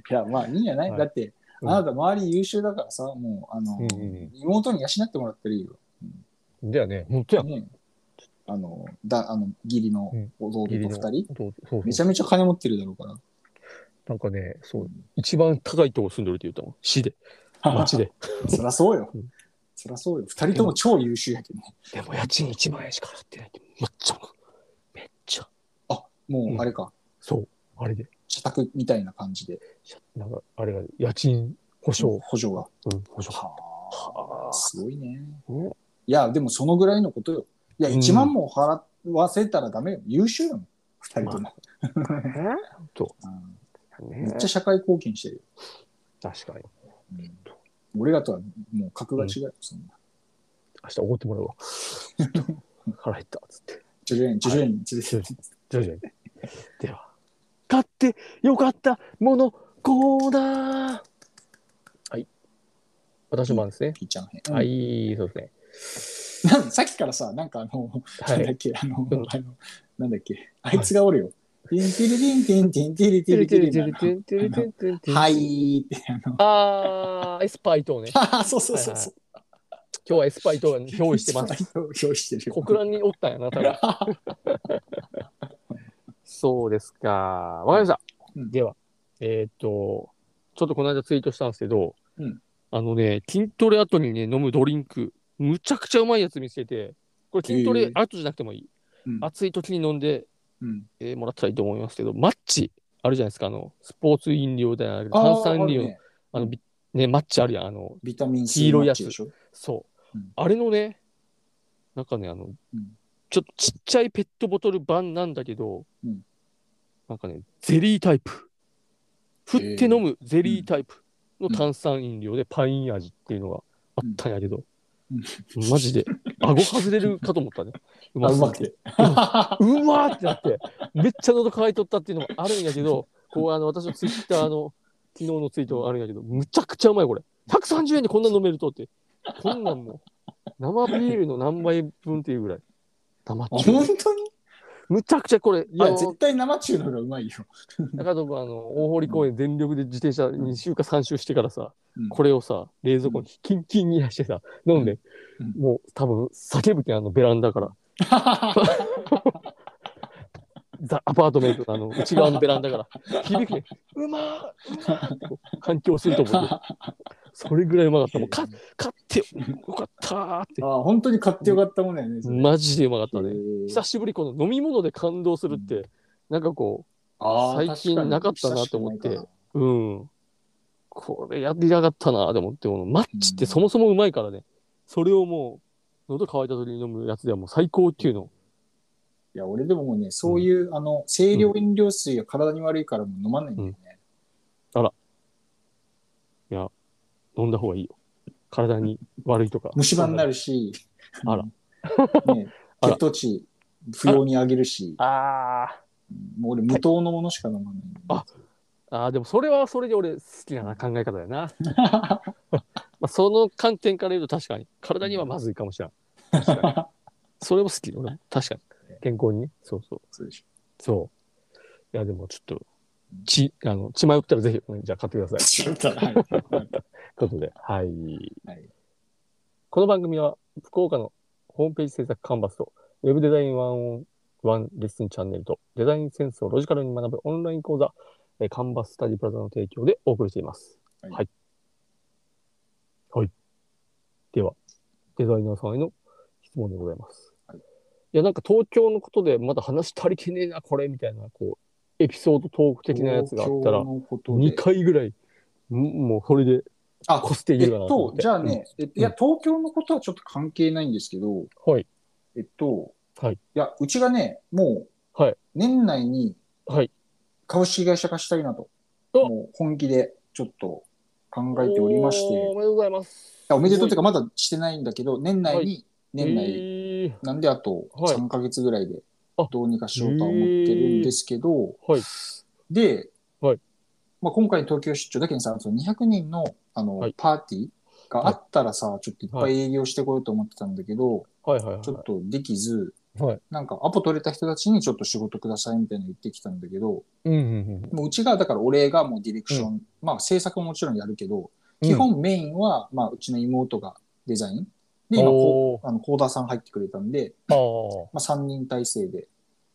Speaker 2: いや、まあいいんじゃない、
Speaker 1: はい
Speaker 2: だって、
Speaker 1: うん
Speaker 2: あなた周り優秀だからさ、もう、あの、
Speaker 1: うんうんう
Speaker 2: 妹に養ってもらったらいいよ。
Speaker 1: だよね、本当やん。
Speaker 2: ね、あの、だあの義理の弟と
Speaker 1: 義理
Speaker 2: 二
Speaker 1: の
Speaker 2: 人、
Speaker 1: どうそうそう
Speaker 2: めちゃめちゃ金持ってるだろうから。
Speaker 1: なんかね、 <laughs> そう、一番高いとこ住んでるって言ったもん。市で、町で。
Speaker 2: そりゃそうよ。そりゃそうよ。二人とも超優秀やけどね。
Speaker 1: でも家賃1万円しか払ってないってめっちゃめっちゃ
Speaker 2: もう、あれか、
Speaker 1: そうあれで
Speaker 2: 社宅みたいな感じで、
Speaker 1: しゃなんかあれが家賃保証、
Speaker 2: 補助が。
Speaker 1: うん、保証
Speaker 2: は
Speaker 1: は
Speaker 2: あ、すごいね。
Speaker 1: ね
Speaker 2: いや、でもそのぐらいのことよ。いや、
Speaker 1: うん
Speaker 2: 1万も払わせたらダメよ。優秀やもん。二人とも。
Speaker 1: あねと
Speaker 2: うん
Speaker 1: ね
Speaker 2: めっちゃ社会貢献してるよ。
Speaker 1: 確かに
Speaker 2: うん俺らとはもう格が違うよ。そんな
Speaker 1: 明日おごってもらう <laughs> わ腹減ったっつって
Speaker 2: 徐々に徐々に連れてって
Speaker 1: 徐々に <laughs> では買ってよかったものコーナーはい私もですね、
Speaker 2: ピーちゃん編。
Speaker 1: は
Speaker 2: うん
Speaker 1: いそうですね
Speaker 2: なんさっきからさ、なんかあの、
Speaker 1: はい
Speaker 2: なんだっけ、あの、
Speaker 1: うん
Speaker 2: あのなんだっけ、あいつがおるよ。ティンティリティンティンティンティリティリティリティリ。はいって、あの、
Speaker 1: あーエスパイ等ね
Speaker 2: ああ、そうそうそうそう。
Speaker 1: 今日はエスパイ等が憑依してます。
Speaker 2: 表紙してるよ。
Speaker 1: 国乱におったんやな多分
Speaker 2: <laughs>
Speaker 1: そうですかわかりました、
Speaker 2: うん
Speaker 1: ではえーっとちょっとこの間ツイートしたんですけど、
Speaker 2: うん
Speaker 1: あのね筋トレ後にね飲むドリンクむちゃくちゃうまいやつ見つけてこれ筋ト
Speaker 2: へ
Speaker 1: レ
Speaker 2: ー
Speaker 1: 後じゃなくてもいい、
Speaker 2: うん
Speaker 1: 暑い時に飲んで、
Speaker 2: うん。
Speaker 1: えーもらったらいいと思いますけどマッチあるじゃないですかあのスポーツ飲料みたいなあれ炭
Speaker 2: あー
Speaker 1: 酸飲料
Speaker 2: あ
Speaker 1: の
Speaker 2: る
Speaker 1: ね
Speaker 2: ね
Speaker 1: マッチあるやんあの
Speaker 2: ビタミン C
Speaker 1: 黄色いやつ
Speaker 2: マッチでしょ
Speaker 1: そう、
Speaker 2: うん
Speaker 1: あれのねなんかねあの、
Speaker 2: うん
Speaker 1: ちょっとちっちゃいペットボトル版なんだけど、
Speaker 2: うん
Speaker 1: なんかねゼリータイプ振って飲むゼリータイプの
Speaker 2: うん
Speaker 1: 炭酸飲料でパイン味っていうのがあったんやけど、
Speaker 2: うん
Speaker 1: マジで顎外れるかと思ったね
Speaker 2: <laughs>
Speaker 1: う
Speaker 2: あ、う
Speaker 1: す
Speaker 2: ま
Speaker 1: ぎ
Speaker 2: く
Speaker 1: て
Speaker 2: て。
Speaker 1: うまーってなって、めっちゃ喉乾いとったっていうのもあるんやけど、こう、あの、私のツイッターの昨日のツイートがあるんやけど、むちゃくちゃうまい、これ。130円でこんな飲めるとって。こんなんもう、生ビールの何杯分っていうぐらい。生
Speaker 2: あ
Speaker 1: 中。
Speaker 2: 本当に
Speaker 1: むちゃくちゃこれ、
Speaker 2: い
Speaker 1: あ
Speaker 2: や、
Speaker 1: の
Speaker 2: 絶、対生中の方がうまいよ。
Speaker 1: 中野区あの、大堀公園全力で自転車2週か3週してからさ、
Speaker 2: うん
Speaker 1: これをさ、冷蔵庫にキンキンに冷やしてさ、飲んで、
Speaker 2: うん
Speaker 1: もう多分叫ぶけん、あの、ベランダ
Speaker 2: <laughs>
Speaker 1: から。ザ・アパートメントのあの内側のベランダから響くねうまーうまーってこう反響すると思う
Speaker 2: <laughs>
Speaker 1: よそれぐらいうまかったもうか買ってよかったーって
Speaker 2: あ本当に買ってよかったもんだよね。それ
Speaker 1: マジでうまかった
Speaker 2: へ
Speaker 1: ね
Speaker 2: ー
Speaker 1: 久しぶりこの飲み物で感動するって、なんかこ
Speaker 2: あー
Speaker 1: 最近
Speaker 2: 確に
Speaker 1: なかったなと思って
Speaker 2: 久しくないう
Speaker 1: うんこれやりやがったなーでもってこのマッチってそもそもうまいからね、それをもう喉乾いた時に飲むやつではもう最高級の
Speaker 2: いや、俺でももうね、そういう、あの、清涼飲料水は体に悪いからもう飲まないんだよね。
Speaker 1: 飲んだ方がいいよ体に悪いとか
Speaker 2: 虫歯になるし、
Speaker 1: あら
Speaker 2: うん <laughs> ね
Speaker 1: あら
Speaker 2: 血糖値不要に上げるし、
Speaker 1: ああ
Speaker 2: うんもう俺無糖のものしか飲まない。
Speaker 1: あああでもそれはそれで俺好きな考え方だよ
Speaker 2: <laughs>
Speaker 1: なまあその観点から言うと確かに体にはまずいかもしれん確かに
Speaker 2: <laughs>
Speaker 1: それも好き俺も確かに健康にねそうそう
Speaker 2: そうでし
Speaker 1: そういやでもちょっと血あの血迷ったらぜひじゃあ買ってください
Speaker 2: ょ。はい
Speaker 1: ということで、はい。
Speaker 2: はい
Speaker 1: この番組は、福岡のホームページ制作カンバスと、ウェブデザイン101レッスンチャンネルと、デザインセンスをロジカルに学ぶオンライン講座、えーカンバススタディプラザの提供でお送りしています。
Speaker 2: はい
Speaker 1: はい。はいでは、デザイナーさんへの質問でございます。
Speaker 2: はい
Speaker 1: い、や、なんか東京のことでまだ話足りてねえな、これ、みたいな、こう、エピソードトーク <laughs> 的なやつがあったら
Speaker 2: 東、京のことで
Speaker 1: 2回ぐらい、んもうそれで
Speaker 2: あ
Speaker 1: こすってい
Speaker 2: えっ
Speaker 1: るかなと思っ
Speaker 2: と、
Speaker 1: て。
Speaker 2: じゃあね、えっといや、東京のことはちょっと関係ないんですけど、
Speaker 1: うん。はい。
Speaker 2: えっと、
Speaker 1: はい
Speaker 2: や、うちがね、も
Speaker 1: は
Speaker 2: う
Speaker 1: い、
Speaker 2: 年内に
Speaker 1: はい。
Speaker 2: 株式会社化したいなと、
Speaker 1: お
Speaker 2: もう本気でちょっと考えておりまして、
Speaker 1: おーおめでとうございます。
Speaker 2: あおめでとうというか、まだしてないんだけど、年内に、年
Speaker 1: え
Speaker 2: 内、
Speaker 1: ー
Speaker 2: なんであと
Speaker 1: はい
Speaker 2: 3ヶ月ぐらいで
Speaker 1: あ
Speaker 2: どうにかしようとは思ってるんですけど、
Speaker 1: はい。
Speaker 2: で、
Speaker 1: はい
Speaker 2: まあ、今回の東京出張だけにさ、その200人のあの、
Speaker 1: はい
Speaker 2: パーティーがあったらさ、ちょっといっぱい営業してこようと思ってたんだけど、
Speaker 1: はいはいはい。
Speaker 2: ちょっとできず、
Speaker 1: はい。
Speaker 2: なんかアポ取れた人たちにちょっと仕事くださいみたいなの言ってきたんだけど、
Speaker 1: うんうん
Speaker 2: もううちが、だから俺がもうディレクション、まあ制作ももちろんやるけど、
Speaker 1: うん。
Speaker 2: 基本メインは、まあうちの妹がデザイン。で、今
Speaker 1: お
Speaker 2: こう、あの、コーダーさん入ってくれたんで、
Speaker 1: ああ。
Speaker 2: まあ3人体制で。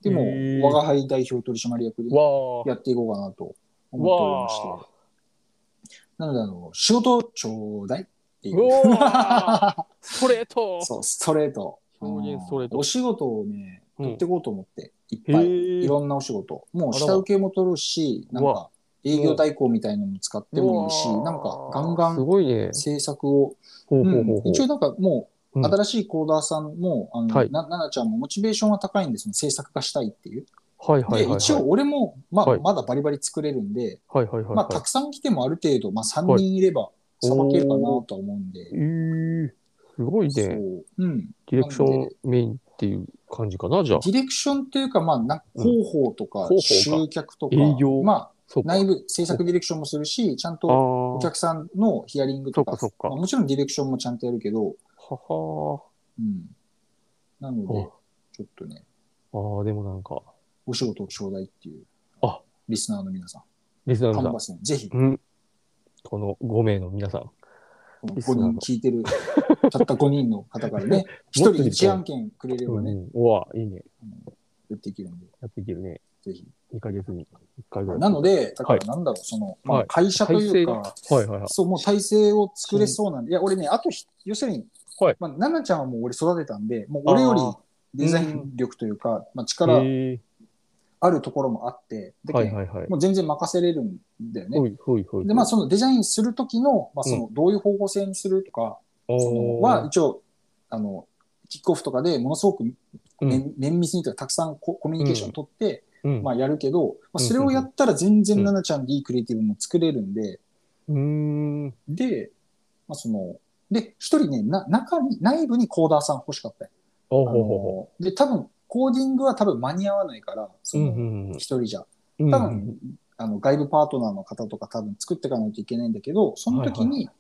Speaker 2: で
Speaker 1: へー
Speaker 2: も、我が輩代表取締役で
Speaker 1: わあ。
Speaker 2: やっていこうかなと思
Speaker 1: わ
Speaker 2: っておりま
Speaker 1: あ
Speaker 2: して。なので、あの、仕事ちょうだいってい
Speaker 1: <laughs>
Speaker 2: う。
Speaker 1: うわあ。ストレート
Speaker 2: そう、ストレート。
Speaker 1: 表現ストレート
Speaker 2: うんお仕事をね、
Speaker 1: うん
Speaker 2: 取ってこうと思って、いっ
Speaker 1: へ
Speaker 2: ぱい。
Speaker 1: え
Speaker 2: いろんなお仕事。もう下請けも取るし、なん
Speaker 1: うわ
Speaker 2: か営業代行みたいのも使ってもいいし、
Speaker 1: うわー
Speaker 2: なんかガンガ
Speaker 1: す
Speaker 2: ン
Speaker 1: ごいね。
Speaker 2: 制作を。
Speaker 1: ほう
Speaker 2: う
Speaker 1: ほうんほうほう
Speaker 2: 一応なんかも
Speaker 1: う
Speaker 2: う、
Speaker 1: ん
Speaker 2: 新しいコーダーさんも、あの、
Speaker 1: はい
Speaker 2: な、ななちゃんもモチベーションは高いんですよ。制作化したいっていう。
Speaker 1: はいはいはいは
Speaker 2: で、
Speaker 1: い。
Speaker 2: 一応俺も、まあ、
Speaker 1: はい
Speaker 2: まだバリバリ作れるんで、
Speaker 1: はいはいはいはい。
Speaker 2: まあ、たくさん来てもある程度、まあ、3人いれば、さばけるかなとは思うんで。
Speaker 1: えー、すごいね。
Speaker 2: そ
Speaker 1: デ
Speaker 2: う。うん。
Speaker 1: ィレクションメインっていう感じかな、じゃあ
Speaker 2: デ。ィレクションっていうか、まあ、なんか
Speaker 1: うん
Speaker 2: 広報とか
Speaker 1: 広報、か
Speaker 2: 集客とか、
Speaker 1: 営業
Speaker 2: まあ、
Speaker 1: そうか。
Speaker 2: 内部制作ディレクションもするし、ちゃん
Speaker 1: あ
Speaker 2: とお
Speaker 1: ー
Speaker 2: 客さんのヒアリングとか、
Speaker 1: そっかそっか
Speaker 2: まあもちろんディレクションもちゃんとやるけど、
Speaker 1: はは
Speaker 2: うん。なので
Speaker 1: お、
Speaker 2: ちょっとね、
Speaker 1: ー。ああ、でもなんか、
Speaker 2: お仕事を頂戴っていう、
Speaker 1: あ
Speaker 2: リスナーの皆さん、
Speaker 1: リスナーの
Speaker 2: カン
Speaker 1: 皆
Speaker 2: バスに、ぜひ、
Speaker 1: さ
Speaker 2: こ
Speaker 1: ん、うん、この5名の皆さん、
Speaker 2: の
Speaker 1: リスナーの
Speaker 2: 5人聞いてる、たった5人の方か
Speaker 1: <laughs>
Speaker 2: らね、1
Speaker 1: もっ
Speaker 2: 人
Speaker 1: といる
Speaker 2: 1案件くれれ
Speaker 1: う
Speaker 2: ばね、
Speaker 1: ん、うわ、いいね。
Speaker 2: やっていけるんで、
Speaker 1: やっていけるね。
Speaker 2: ぜひ。
Speaker 1: 2ヶ月に1回ぐらい。
Speaker 2: なので、だか
Speaker 1: はい
Speaker 2: らなんだろう、その、まあ
Speaker 1: はい
Speaker 2: 会社というか、
Speaker 1: はいはいはい。
Speaker 2: そう、もう体制を作れそうなんで、いや、俺ね、あとひ、要するに、
Speaker 1: はい
Speaker 2: まあ、奈々ちゃんはもう俺育てたんで、もう俺より
Speaker 1: あー
Speaker 2: デザイン力というか、まあ、力
Speaker 1: え
Speaker 2: あるところもあって、
Speaker 1: ー、
Speaker 2: で
Speaker 1: はいはいはい。
Speaker 2: もう全然任せれるんだよね。
Speaker 1: ほいほいほい。
Speaker 2: で、まあ、そのデザインする時の、まあ、その、どういう方向性にするとか、その
Speaker 1: おー
Speaker 2: は、一応、あの、キックオフとかでものすごく綿、
Speaker 1: うん
Speaker 2: 綿密にというか、たくさんココミュニケーション取って、
Speaker 1: うん
Speaker 2: まあ、やるけど、ま
Speaker 1: う
Speaker 2: あ、
Speaker 1: ん
Speaker 2: それをやったら全然奈々ちゃんでいいクリエイティブも作れるんで、
Speaker 1: うーん。
Speaker 2: で、まあ、その、で、一人ね、な、中に、内部にコーダーさん欲しかったよ。
Speaker 1: お
Speaker 2: あ
Speaker 1: ほ
Speaker 2: の
Speaker 1: ほほ。
Speaker 2: で、多分、コーディングは多分間に合わないから、そ
Speaker 1: うんう
Speaker 2: の、
Speaker 1: んうん
Speaker 2: 一人じゃ。
Speaker 1: うん。
Speaker 2: 多分、あの、外部パートナーの方とか多分作っていかないといけないんだけど、その時に、
Speaker 1: は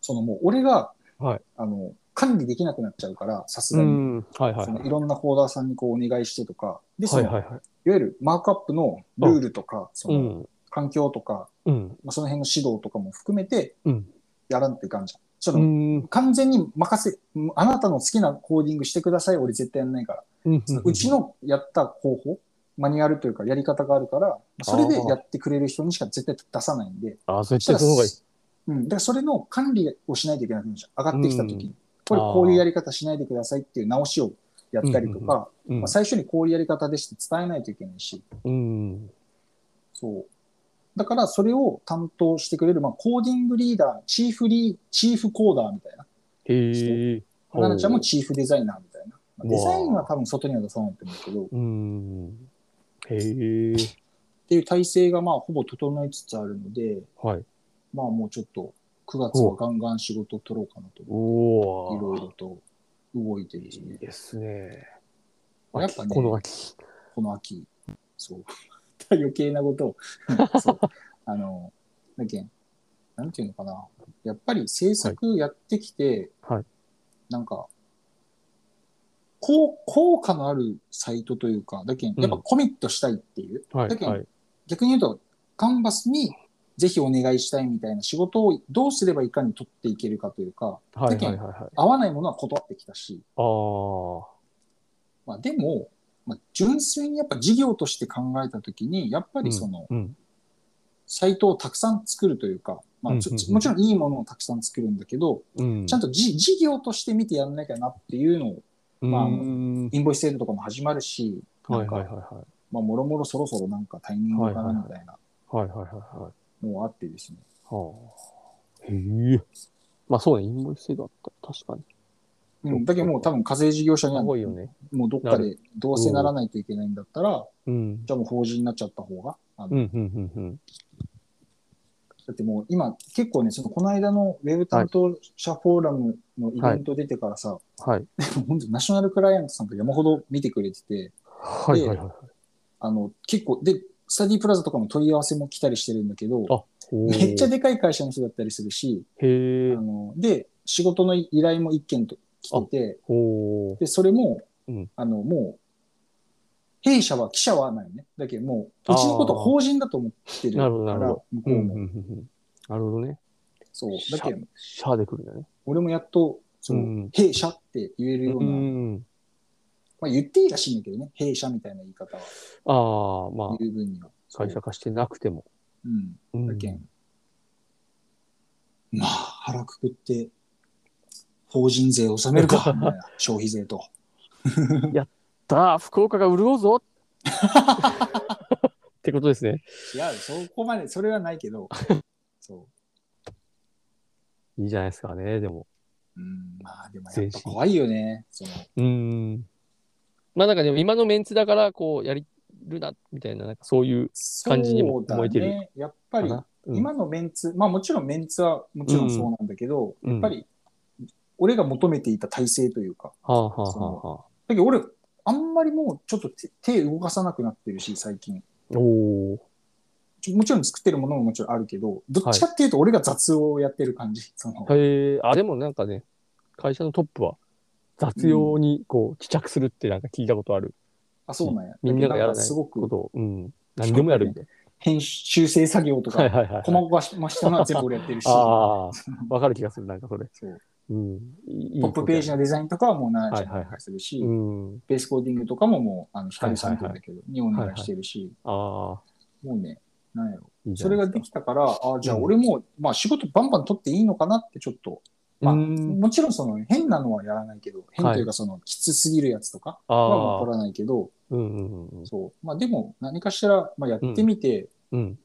Speaker 2: そのもう、俺が、
Speaker 1: はい
Speaker 2: あの、管理できなくなっちゃうから、さす
Speaker 1: う
Speaker 2: がに。
Speaker 1: ん。はいはい
Speaker 2: その
Speaker 1: はいい。
Speaker 2: ろんなコーダーさんにこうお願いしてとか、で、そ
Speaker 1: はい
Speaker 2: の、、
Speaker 1: はいいはい。
Speaker 2: わゆるマークアップのルールとか、そうの、
Speaker 1: ん。
Speaker 2: 環境とか、
Speaker 1: うん。
Speaker 2: まあ、その辺の指導とかも含めて
Speaker 1: うん、
Speaker 2: やらんといかんじゃん。その、
Speaker 1: うん。
Speaker 2: 完全に任せ、あなたの好きなコーディングしてください、俺絶対やんないから。
Speaker 1: うん
Speaker 2: うちのやった方法、マニュアルというかやり方があるから、それでやってくれる人にしか絶対出さないんで。
Speaker 1: あ、そっ
Speaker 2: し
Speaker 1: ち
Speaker 2: た
Speaker 1: の
Speaker 2: ら
Speaker 1: 方がいい。
Speaker 2: うん。だからそれの管理をしないといけなくなるじゃん。上がってきた時
Speaker 1: う
Speaker 2: に。これこういうやり方しないでくださいっていう直しをやったり
Speaker 1: う
Speaker 2: と
Speaker 1: んうん
Speaker 2: か、
Speaker 1: うん
Speaker 2: まあ、最初にこういうやり方でして伝えないといけないし。
Speaker 1: うん。
Speaker 2: そう。だからそれを担当してくれる、まあ、コーディングリーダー、チーフリー、チーフコーダーみたいな。
Speaker 1: へえ。
Speaker 2: 奈々ちゃんもチーフデザイナーみたいな。まあデザインは多分外には出さないと思うけど、っ
Speaker 1: うん。へえ。
Speaker 2: ていう体制がまあほぼ整いつつあるので、
Speaker 1: はい。
Speaker 2: まあもうちょっと9月はガンガン仕事を取ろうかなと、い
Speaker 1: おお。
Speaker 2: ろいろと動いてるし
Speaker 1: いい
Speaker 2: ね。
Speaker 1: ですね。
Speaker 2: まあやっぱね、
Speaker 1: この秋。
Speaker 2: この秋、そう。 <laughs> 余計なことを、 <laughs> うんそう。あの、だけんなんていうのかな。やっぱり制作やってきて、
Speaker 1: はい
Speaker 2: なんか、こう、効果のあるサイトというか、だけんやっぱコミットしたいっていう。
Speaker 1: はい。
Speaker 2: だけど
Speaker 1: はい。
Speaker 2: 逆に言うと、カンバスにぜひお願いしたいみたいな仕事をどうすればいかに取っていけるかというか、
Speaker 1: はい。はい。
Speaker 2: だけ
Speaker 1: は
Speaker 2: ど
Speaker 1: い。はい。
Speaker 2: 合わないものは断ってきたし、
Speaker 1: ああ。
Speaker 2: まあでも、まあ、純粋にやっぱ事業として考えたときに、やっぱりその、
Speaker 1: うん。
Speaker 2: サイトをたくさん作るというか、まあ、ち
Speaker 1: うんうんう
Speaker 2: ょ
Speaker 1: ん
Speaker 2: もちろんいいものをたくさん作るんだけど、
Speaker 1: うん。
Speaker 2: ちゃんとじ事業として見てやんなきゃなっていうのを、
Speaker 1: と、
Speaker 2: まあ
Speaker 1: うん。
Speaker 2: インボイス制度とかも始まるし、
Speaker 1: はい。はい。はい。
Speaker 2: なんか
Speaker 1: は
Speaker 2: まあ、もろもろそろそろなんかタイミングか
Speaker 1: は
Speaker 2: ない
Speaker 1: はい。
Speaker 2: みたいない
Speaker 1: はい。はい。はい。はい。
Speaker 2: のがあってですね。
Speaker 1: はあ。へえ。まあそうね、インボイス制度あった。確かに。
Speaker 2: うん、だけどもう多分課税事業者に
Speaker 1: す
Speaker 2: は
Speaker 1: ごいよね。
Speaker 2: もうどっかでどうせならないといけないんだったら、
Speaker 1: うん。
Speaker 2: じゃあもう法人になっちゃった方が、あの
Speaker 1: うん。うん。うん。
Speaker 2: だってもう今結構ね、そのこの間のウェブ担当者フォーラムのイベント出てからさ、
Speaker 1: はい。
Speaker 2: 本当ナショナルクライアントさんが山ほど見てくれてて、
Speaker 1: はい。はい。はい。
Speaker 2: あの、結構、で、スタディプラザとかも問い合わせも来たりしてるんだけど
Speaker 1: あ、
Speaker 2: めっちゃ
Speaker 1: で。
Speaker 2: でかい会社の人だったりするし、
Speaker 1: へえ。
Speaker 2: あので、仕事の依頼も一件と来てて、
Speaker 1: ほう。
Speaker 2: で、それも、
Speaker 1: うん
Speaker 2: あの、もう、弊社は、記者はないよね。だけどもう、
Speaker 1: あー
Speaker 2: うちのことを法人だと思ってる
Speaker 1: な
Speaker 2: から、
Speaker 1: るほどなるほ
Speaker 2: 向こ
Speaker 1: う
Speaker 2: うんも。
Speaker 1: うんうんうんなるほどね。
Speaker 2: そう。だけど、
Speaker 1: シャーで来るんだね。
Speaker 2: 俺もやっと、そう
Speaker 1: うん
Speaker 2: 弊社って言えるよう
Speaker 1: う
Speaker 2: な、
Speaker 1: ん。
Speaker 2: まあ言っていいらしいんだけどね、弊社みたいな言い方は、
Speaker 1: ああ、ま
Speaker 2: 言う分には。
Speaker 1: あ、会社化してなくても。
Speaker 2: うん。
Speaker 1: うん
Speaker 2: だけん、まあ、腹くくって、法人税を納め
Speaker 1: <laughs>
Speaker 2: るか、みたいな消費税と。
Speaker 1: だ、福岡が潤うぞってことですね。
Speaker 2: いや、そこまで、それはない
Speaker 1: <laughs>
Speaker 2: けど、そ
Speaker 1: いいじゃないですかね、でも。
Speaker 2: う。うん、まあでもやっぱ怖いよね。その
Speaker 1: うん。まあなんかでも今のメンツだから、こう、やりるな、みたいな、なんかそういう感じにも
Speaker 2: そう
Speaker 1: 思えて
Speaker 2: だ
Speaker 1: る
Speaker 2: ね。やっぱ
Speaker 1: か
Speaker 2: り、
Speaker 1: な。うん
Speaker 2: 今のメンツ、まあもちろんメンツはもちろんそうなんだけど、
Speaker 1: うん
Speaker 2: やっぱり、俺が求めていた体制というか、
Speaker 1: はあはあはあはあ。
Speaker 2: だけど俺、あんまりもうちょっと手手動かさなくなってるし、最近。
Speaker 1: おお。
Speaker 2: ちょもちろん作ってるものももちろんあるけど、どっちかっていうと俺が雑用をやってる感じ。その
Speaker 1: へえ、あ、でもなんかね、会社のトップは雑用にこう、帰着するってなんか聞いたことある
Speaker 2: あ、そうなんや。
Speaker 1: みんながやらない
Speaker 2: だけどんかすご
Speaker 1: こ
Speaker 2: く
Speaker 1: とを、うん。何でもやるみたい
Speaker 2: 編集修正作業と
Speaker 1: な。はい
Speaker 2: か、
Speaker 1: はいはい。
Speaker 2: 細々したのは全部俺やってる
Speaker 1: <laughs>
Speaker 2: し、
Speaker 1: ああ、わかる気がする、なんかそれ。
Speaker 2: そう
Speaker 1: うん。いい
Speaker 2: トップページ
Speaker 1: の。
Speaker 2: のデザインとかはもうなちゃんにお願いするし、
Speaker 1: うん。
Speaker 2: ベースコーディングとかももう、あの、光さんとかだけど、にお願いしてるし、
Speaker 1: ああ、
Speaker 2: もうね、なんやろ。
Speaker 1: いいじゃ
Speaker 2: そ
Speaker 1: な
Speaker 2: れ
Speaker 1: い
Speaker 2: が
Speaker 1: すか
Speaker 2: できたから、あじゃあ
Speaker 1: うん
Speaker 2: 俺も、まあ仕事バンバン取っていいのかなってちょっと、まあ、
Speaker 1: うん
Speaker 2: もちろんその変なのはやらないけど、変という
Speaker 1: は
Speaker 2: かそのきつすぎるやつとかはもう
Speaker 1: あ
Speaker 2: 取
Speaker 1: あ、
Speaker 2: らないけど、
Speaker 1: うんうんうん
Speaker 2: そう。まあでも何かしら、まあやってみて
Speaker 1: うん。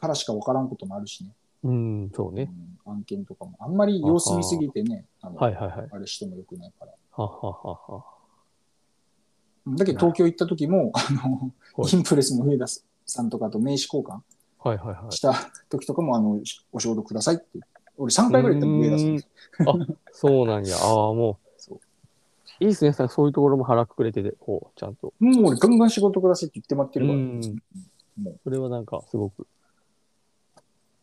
Speaker 2: からしかわからんこともあるしね、
Speaker 1: うん、そうね。
Speaker 2: うん案件とかも。あんまり様子見すぎてね、あの、
Speaker 1: はいはいはい。
Speaker 2: あれしてもよくないから。
Speaker 1: はははは。
Speaker 2: うんだけど東京行った時も、あの、
Speaker 1: はい
Speaker 2: インプレスの上田さんとかと名刺交換
Speaker 1: はいはいはい。
Speaker 2: した時とかも、あの、お仕事くださいって。俺3回ぐらい行ったもん上田さん
Speaker 1: う
Speaker 2: に。
Speaker 1: んあ、そうなん
Speaker 2: <laughs>
Speaker 1: や。ああ、も
Speaker 2: そう
Speaker 1: う、いいですね。そういうところも腹くくれてて、こう、ちゃんと。
Speaker 2: もう俺ガンガン仕事くださいって言ってもらって
Speaker 1: う
Speaker 2: るから。
Speaker 1: ん。それはなんか、すごく、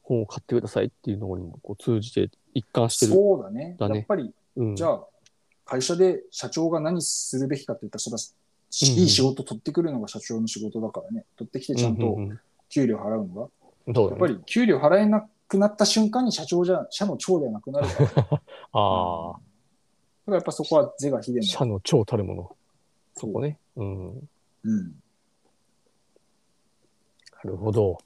Speaker 1: 本を買ってくださいっていうのにもこう通じて一貫してる。
Speaker 2: そうだね。
Speaker 1: だね
Speaker 2: やっぱり、
Speaker 1: うん
Speaker 2: じゃあ、会社で社長が何するべきかって言ったら、それは、
Speaker 1: うん
Speaker 2: いい仕事取ってくるのが社長の仕事だからね。取ってきてちゃん
Speaker 1: う
Speaker 2: と
Speaker 1: うう
Speaker 2: 給料払うのが。
Speaker 1: そう
Speaker 2: や
Speaker 1: だ
Speaker 2: っぱ
Speaker 1: ね。
Speaker 2: り、給料払えなくなった瞬間に社長じゃ、社の長ではなくなるから。だか
Speaker 1: <laughs> ああ、
Speaker 2: らやっぱそこは是が非でも。
Speaker 1: 社の超たるもの。そこね。うん。
Speaker 2: うん。
Speaker 1: なるほど。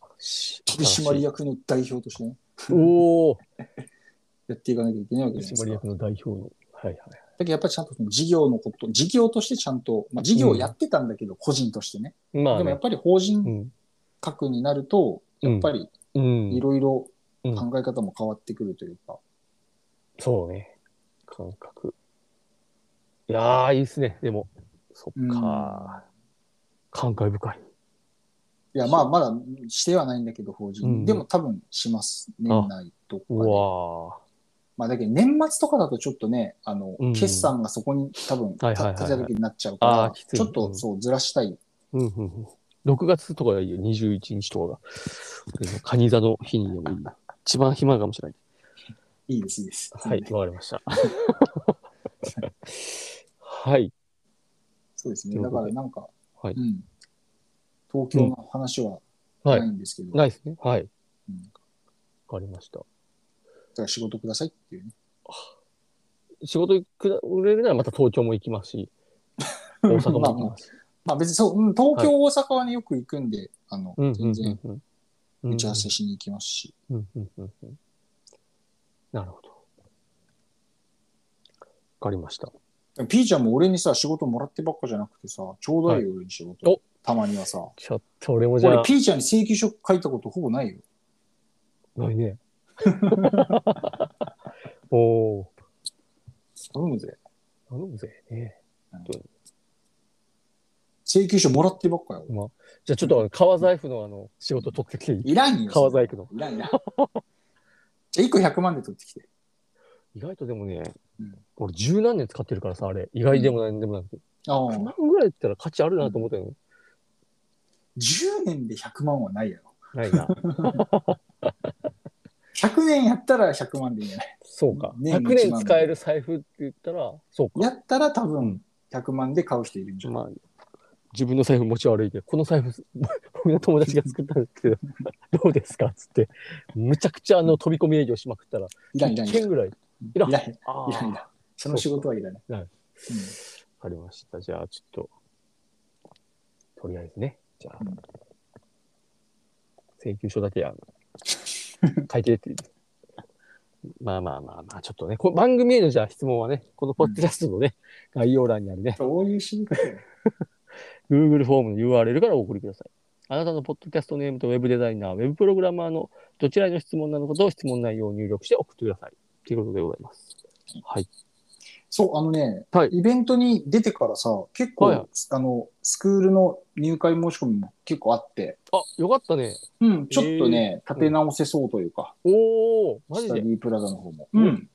Speaker 2: 取締役の代表としてね、
Speaker 1: おお。
Speaker 2: <laughs> やっていかなきゃいけないわけ
Speaker 1: 取
Speaker 2: じゃない
Speaker 1: 締
Speaker 2: ですか。
Speaker 1: 役の代表の。はいはい。
Speaker 2: だけどやっぱりちゃんとその事業のこと、事業としてちゃんと、まあ事業をやってたんだけど、個人としてね。
Speaker 1: ま
Speaker 2: でもやっぱり法人
Speaker 1: うん。
Speaker 2: 格になると、
Speaker 1: うん
Speaker 2: やっぱり
Speaker 1: うん
Speaker 2: いろいろ
Speaker 1: うん
Speaker 2: 考え方も変わってくるというか、
Speaker 1: そうね。感覚。いやー、いいっすね。でも、そっか、感慨深い。
Speaker 2: いや、まあ、まだしてはないんだけど、法人、
Speaker 1: うん
Speaker 2: でも多分します、年内とかで
Speaker 1: うわ
Speaker 2: まあ、だけど年末とかだとちょっとね、あの、
Speaker 1: うん
Speaker 2: 決算がそこに多分立
Speaker 1: はいはいはいはい
Speaker 2: 立てた時になっちゃうから、
Speaker 1: あーきつい
Speaker 2: ちょっ
Speaker 1: う
Speaker 2: と
Speaker 1: ん
Speaker 2: そうずらしたい。
Speaker 1: ー。うんうんうん。6月とかがいいよ。21日とかが。俺のカニ座の日にでもいいな。一番暇かもしれない。
Speaker 2: いいです、いいです。
Speaker 1: はい、わかりました。 <laughs> はい。
Speaker 2: そうですね。だからなんか、
Speaker 1: はい
Speaker 2: うん、東京の話は
Speaker 1: は
Speaker 2: ない
Speaker 1: い。
Speaker 2: んですけど、
Speaker 1: ないですね。はい。
Speaker 2: うん
Speaker 1: わかりました。
Speaker 2: だから仕事くださいっていうね。
Speaker 1: 仕事行くだ売れるならまた東京も行きます
Speaker 2: <laughs>
Speaker 1: し、大阪も行きますし。
Speaker 2: まあ別にそう、うん、東京、大阪はね、よく行くんで、あの、
Speaker 1: うんうん
Speaker 2: 全然
Speaker 1: うんうん
Speaker 2: 打ち合わせしに行きますし、
Speaker 1: うんうんうんうんなるほど。わかりました。
Speaker 2: ピーちゃんも俺にさ、仕事もらってばっかじゃなくてさ、ちょうだいよ、俺に仕事。
Speaker 1: お
Speaker 2: たまにはさ。
Speaker 1: ちょっと俺もじゃ
Speaker 2: 俺
Speaker 1: あ、、
Speaker 2: ピーちゃんに請求書書いたことほぼないよ。
Speaker 1: ないね。 <laughs> おお
Speaker 2: 頼むぜ。
Speaker 1: ー、頼むぜ、ね。
Speaker 2: 請求書もらってばっかよ。
Speaker 1: じゃあちょっとあの革財布のあの仕事取ってきていい
Speaker 2: いらんよ。
Speaker 1: 革細工の
Speaker 2: いらんいらん。じゃあ、1個100万で取ってきて。
Speaker 1: 意外とでもね、
Speaker 2: うん
Speaker 1: 俺十何年使ってるからさ、あれ。意外でも何でもなくて。
Speaker 2: ああ。
Speaker 1: 何ぐらいだったら価値あるなと思ったよね。
Speaker 2: 10年で100万はないやろ。
Speaker 1: ないな。
Speaker 2: 100年やったら100万でいいんじゃない
Speaker 1: そうか。
Speaker 2: ね
Speaker 1: 100年使える財布って言ったら、そうか。
Speaker 2: やったら多分100万で買う人いるんじゃな
Speaker 1: ま
Speaker 2: い、
Speaker 1: あ、自分の財布持ち歩いて、この財布、 <laughs> 僕の友達が作ったんですけど、 <laughs> どうですかっつって、むちゃくちゃあの飛び込み営業しまくったら、
Speaker 2: いらんいらん
Speaker 1: 1
Speaker 2: いらん。
Speaker 1: 件ぐらい。
Speaker 2: いらんいらんい
Speaker 1: あ
Speaker 2: らんいらん。その仕事はいらない。
Speaker 1: そうかいらん
Speaker 2: うん
Speaker 1: ありました。じゃあ、ちょっと、とりあえずね、じゃあ
Speaker 2: うん、
Speaker 1: <laughs> 請求書だけ、あの、書いてって、まあまあまあまあ、ちょっとね、こ番組へのじゃあ質問はね、このポッドキャストのね、概要欄にあるね、
Speaker 2: どういう趣味かね
Speaker 1: Google フォームの URL からお送りください。あなたのポッドキャストネームとウェブデザイナー、ウェブプログラマーのどちらへの質問なのかと質問内容を入力して送ってください。ということでございます。はい。
Speaker 2: そう、あのね、
Speaker 1: はい
Speaker 2: イベントに出てからさ、結構、
Speaker 1: はいはい
Speaker 2: あの、スクールの入会申し込みも結構あって、
Speaker 1: あ、よかったね。
Speaker 2: うん、ちょっとね、立て直せそうというか、
Speaker 1: おー、マ
Speaker 2: ス
Speaker 1: ジ
Speaker 2: タデ
Speaker 1: で。
Speaker 2: ィープラザの方も。
Speaker 1: う
Speaker 2: うんん。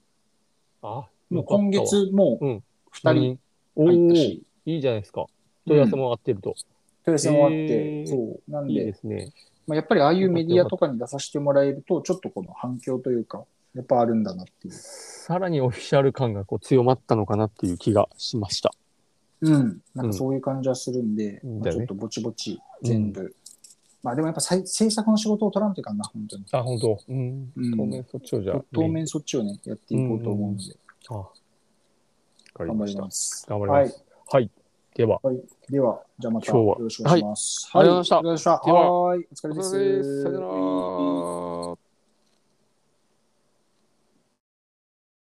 Speaker 1: あ、
Speaker 2: も
Speaker 1: よ
Speaker 2: う
Speaker 1: かったわ
Speaker 2: 今月もう
Speaker 1: うん
Speaker 2: 2人
Speaker 1: お
Speaker 2: 入った
Speaker 1: ー、
Speaker 2: し、
Speaker 1: いいじゃないですか。問い合わせも上がってると。
Speaker 2: 問い合わせもあっ
Speaker 1: へ
Speaker 2: て、
Speaker 1: ー
Speaker 2: そう。なん
Speaker 1: いい
Speaker 2: で
Speaker 1: で、すね。
Speaker 2: まあ、やっぱりああいうメディアとかに出させてもらえると、ちょっとこの反響というか、やっぱあるんだなっていう。
Speaker 1: さらにオフィシャル感がこう強まったのかなっていう気がしました。
Speaker 2: うん。なんかそういう感じはするんで、
Speaker 1: うん
Speaker 2: まあ
Speaker 1: だ
Speaker 2: ち
Speaker 1: よ
Speaker 2: ょ
Speaker 1: ね
Speaker 2: っとぼちぼち全部。まあでもやっぱさい制作の仕事を取らんといかんな、本当に。
Speaker 1: あ、本当。うん。
Speaker 2: うん
Speaker 1: 当面そっちをじゃあ。
Speaker 2: 当面そっちをね、やっていこうと思うので、
Speaker 1: あ、わかり
Speaker 2: 頑張
Speaker 1: ま
Speaker 2: り
Speaker 1: した。頑
Speaker 2: ます。
Speaker 1: 張ります。はい。では、
Speaker 2: はい。はい。では、じゃあまた
Speaker 1: 今日は
Speaker 2: よろしくお願いします。
Speaker 1: はいありがとうございました
Speaker 2: ありがとうございまし
Speaker 1: では
Speaker 2: た。はーい。お疲れです。
Speaker 1: さよなら。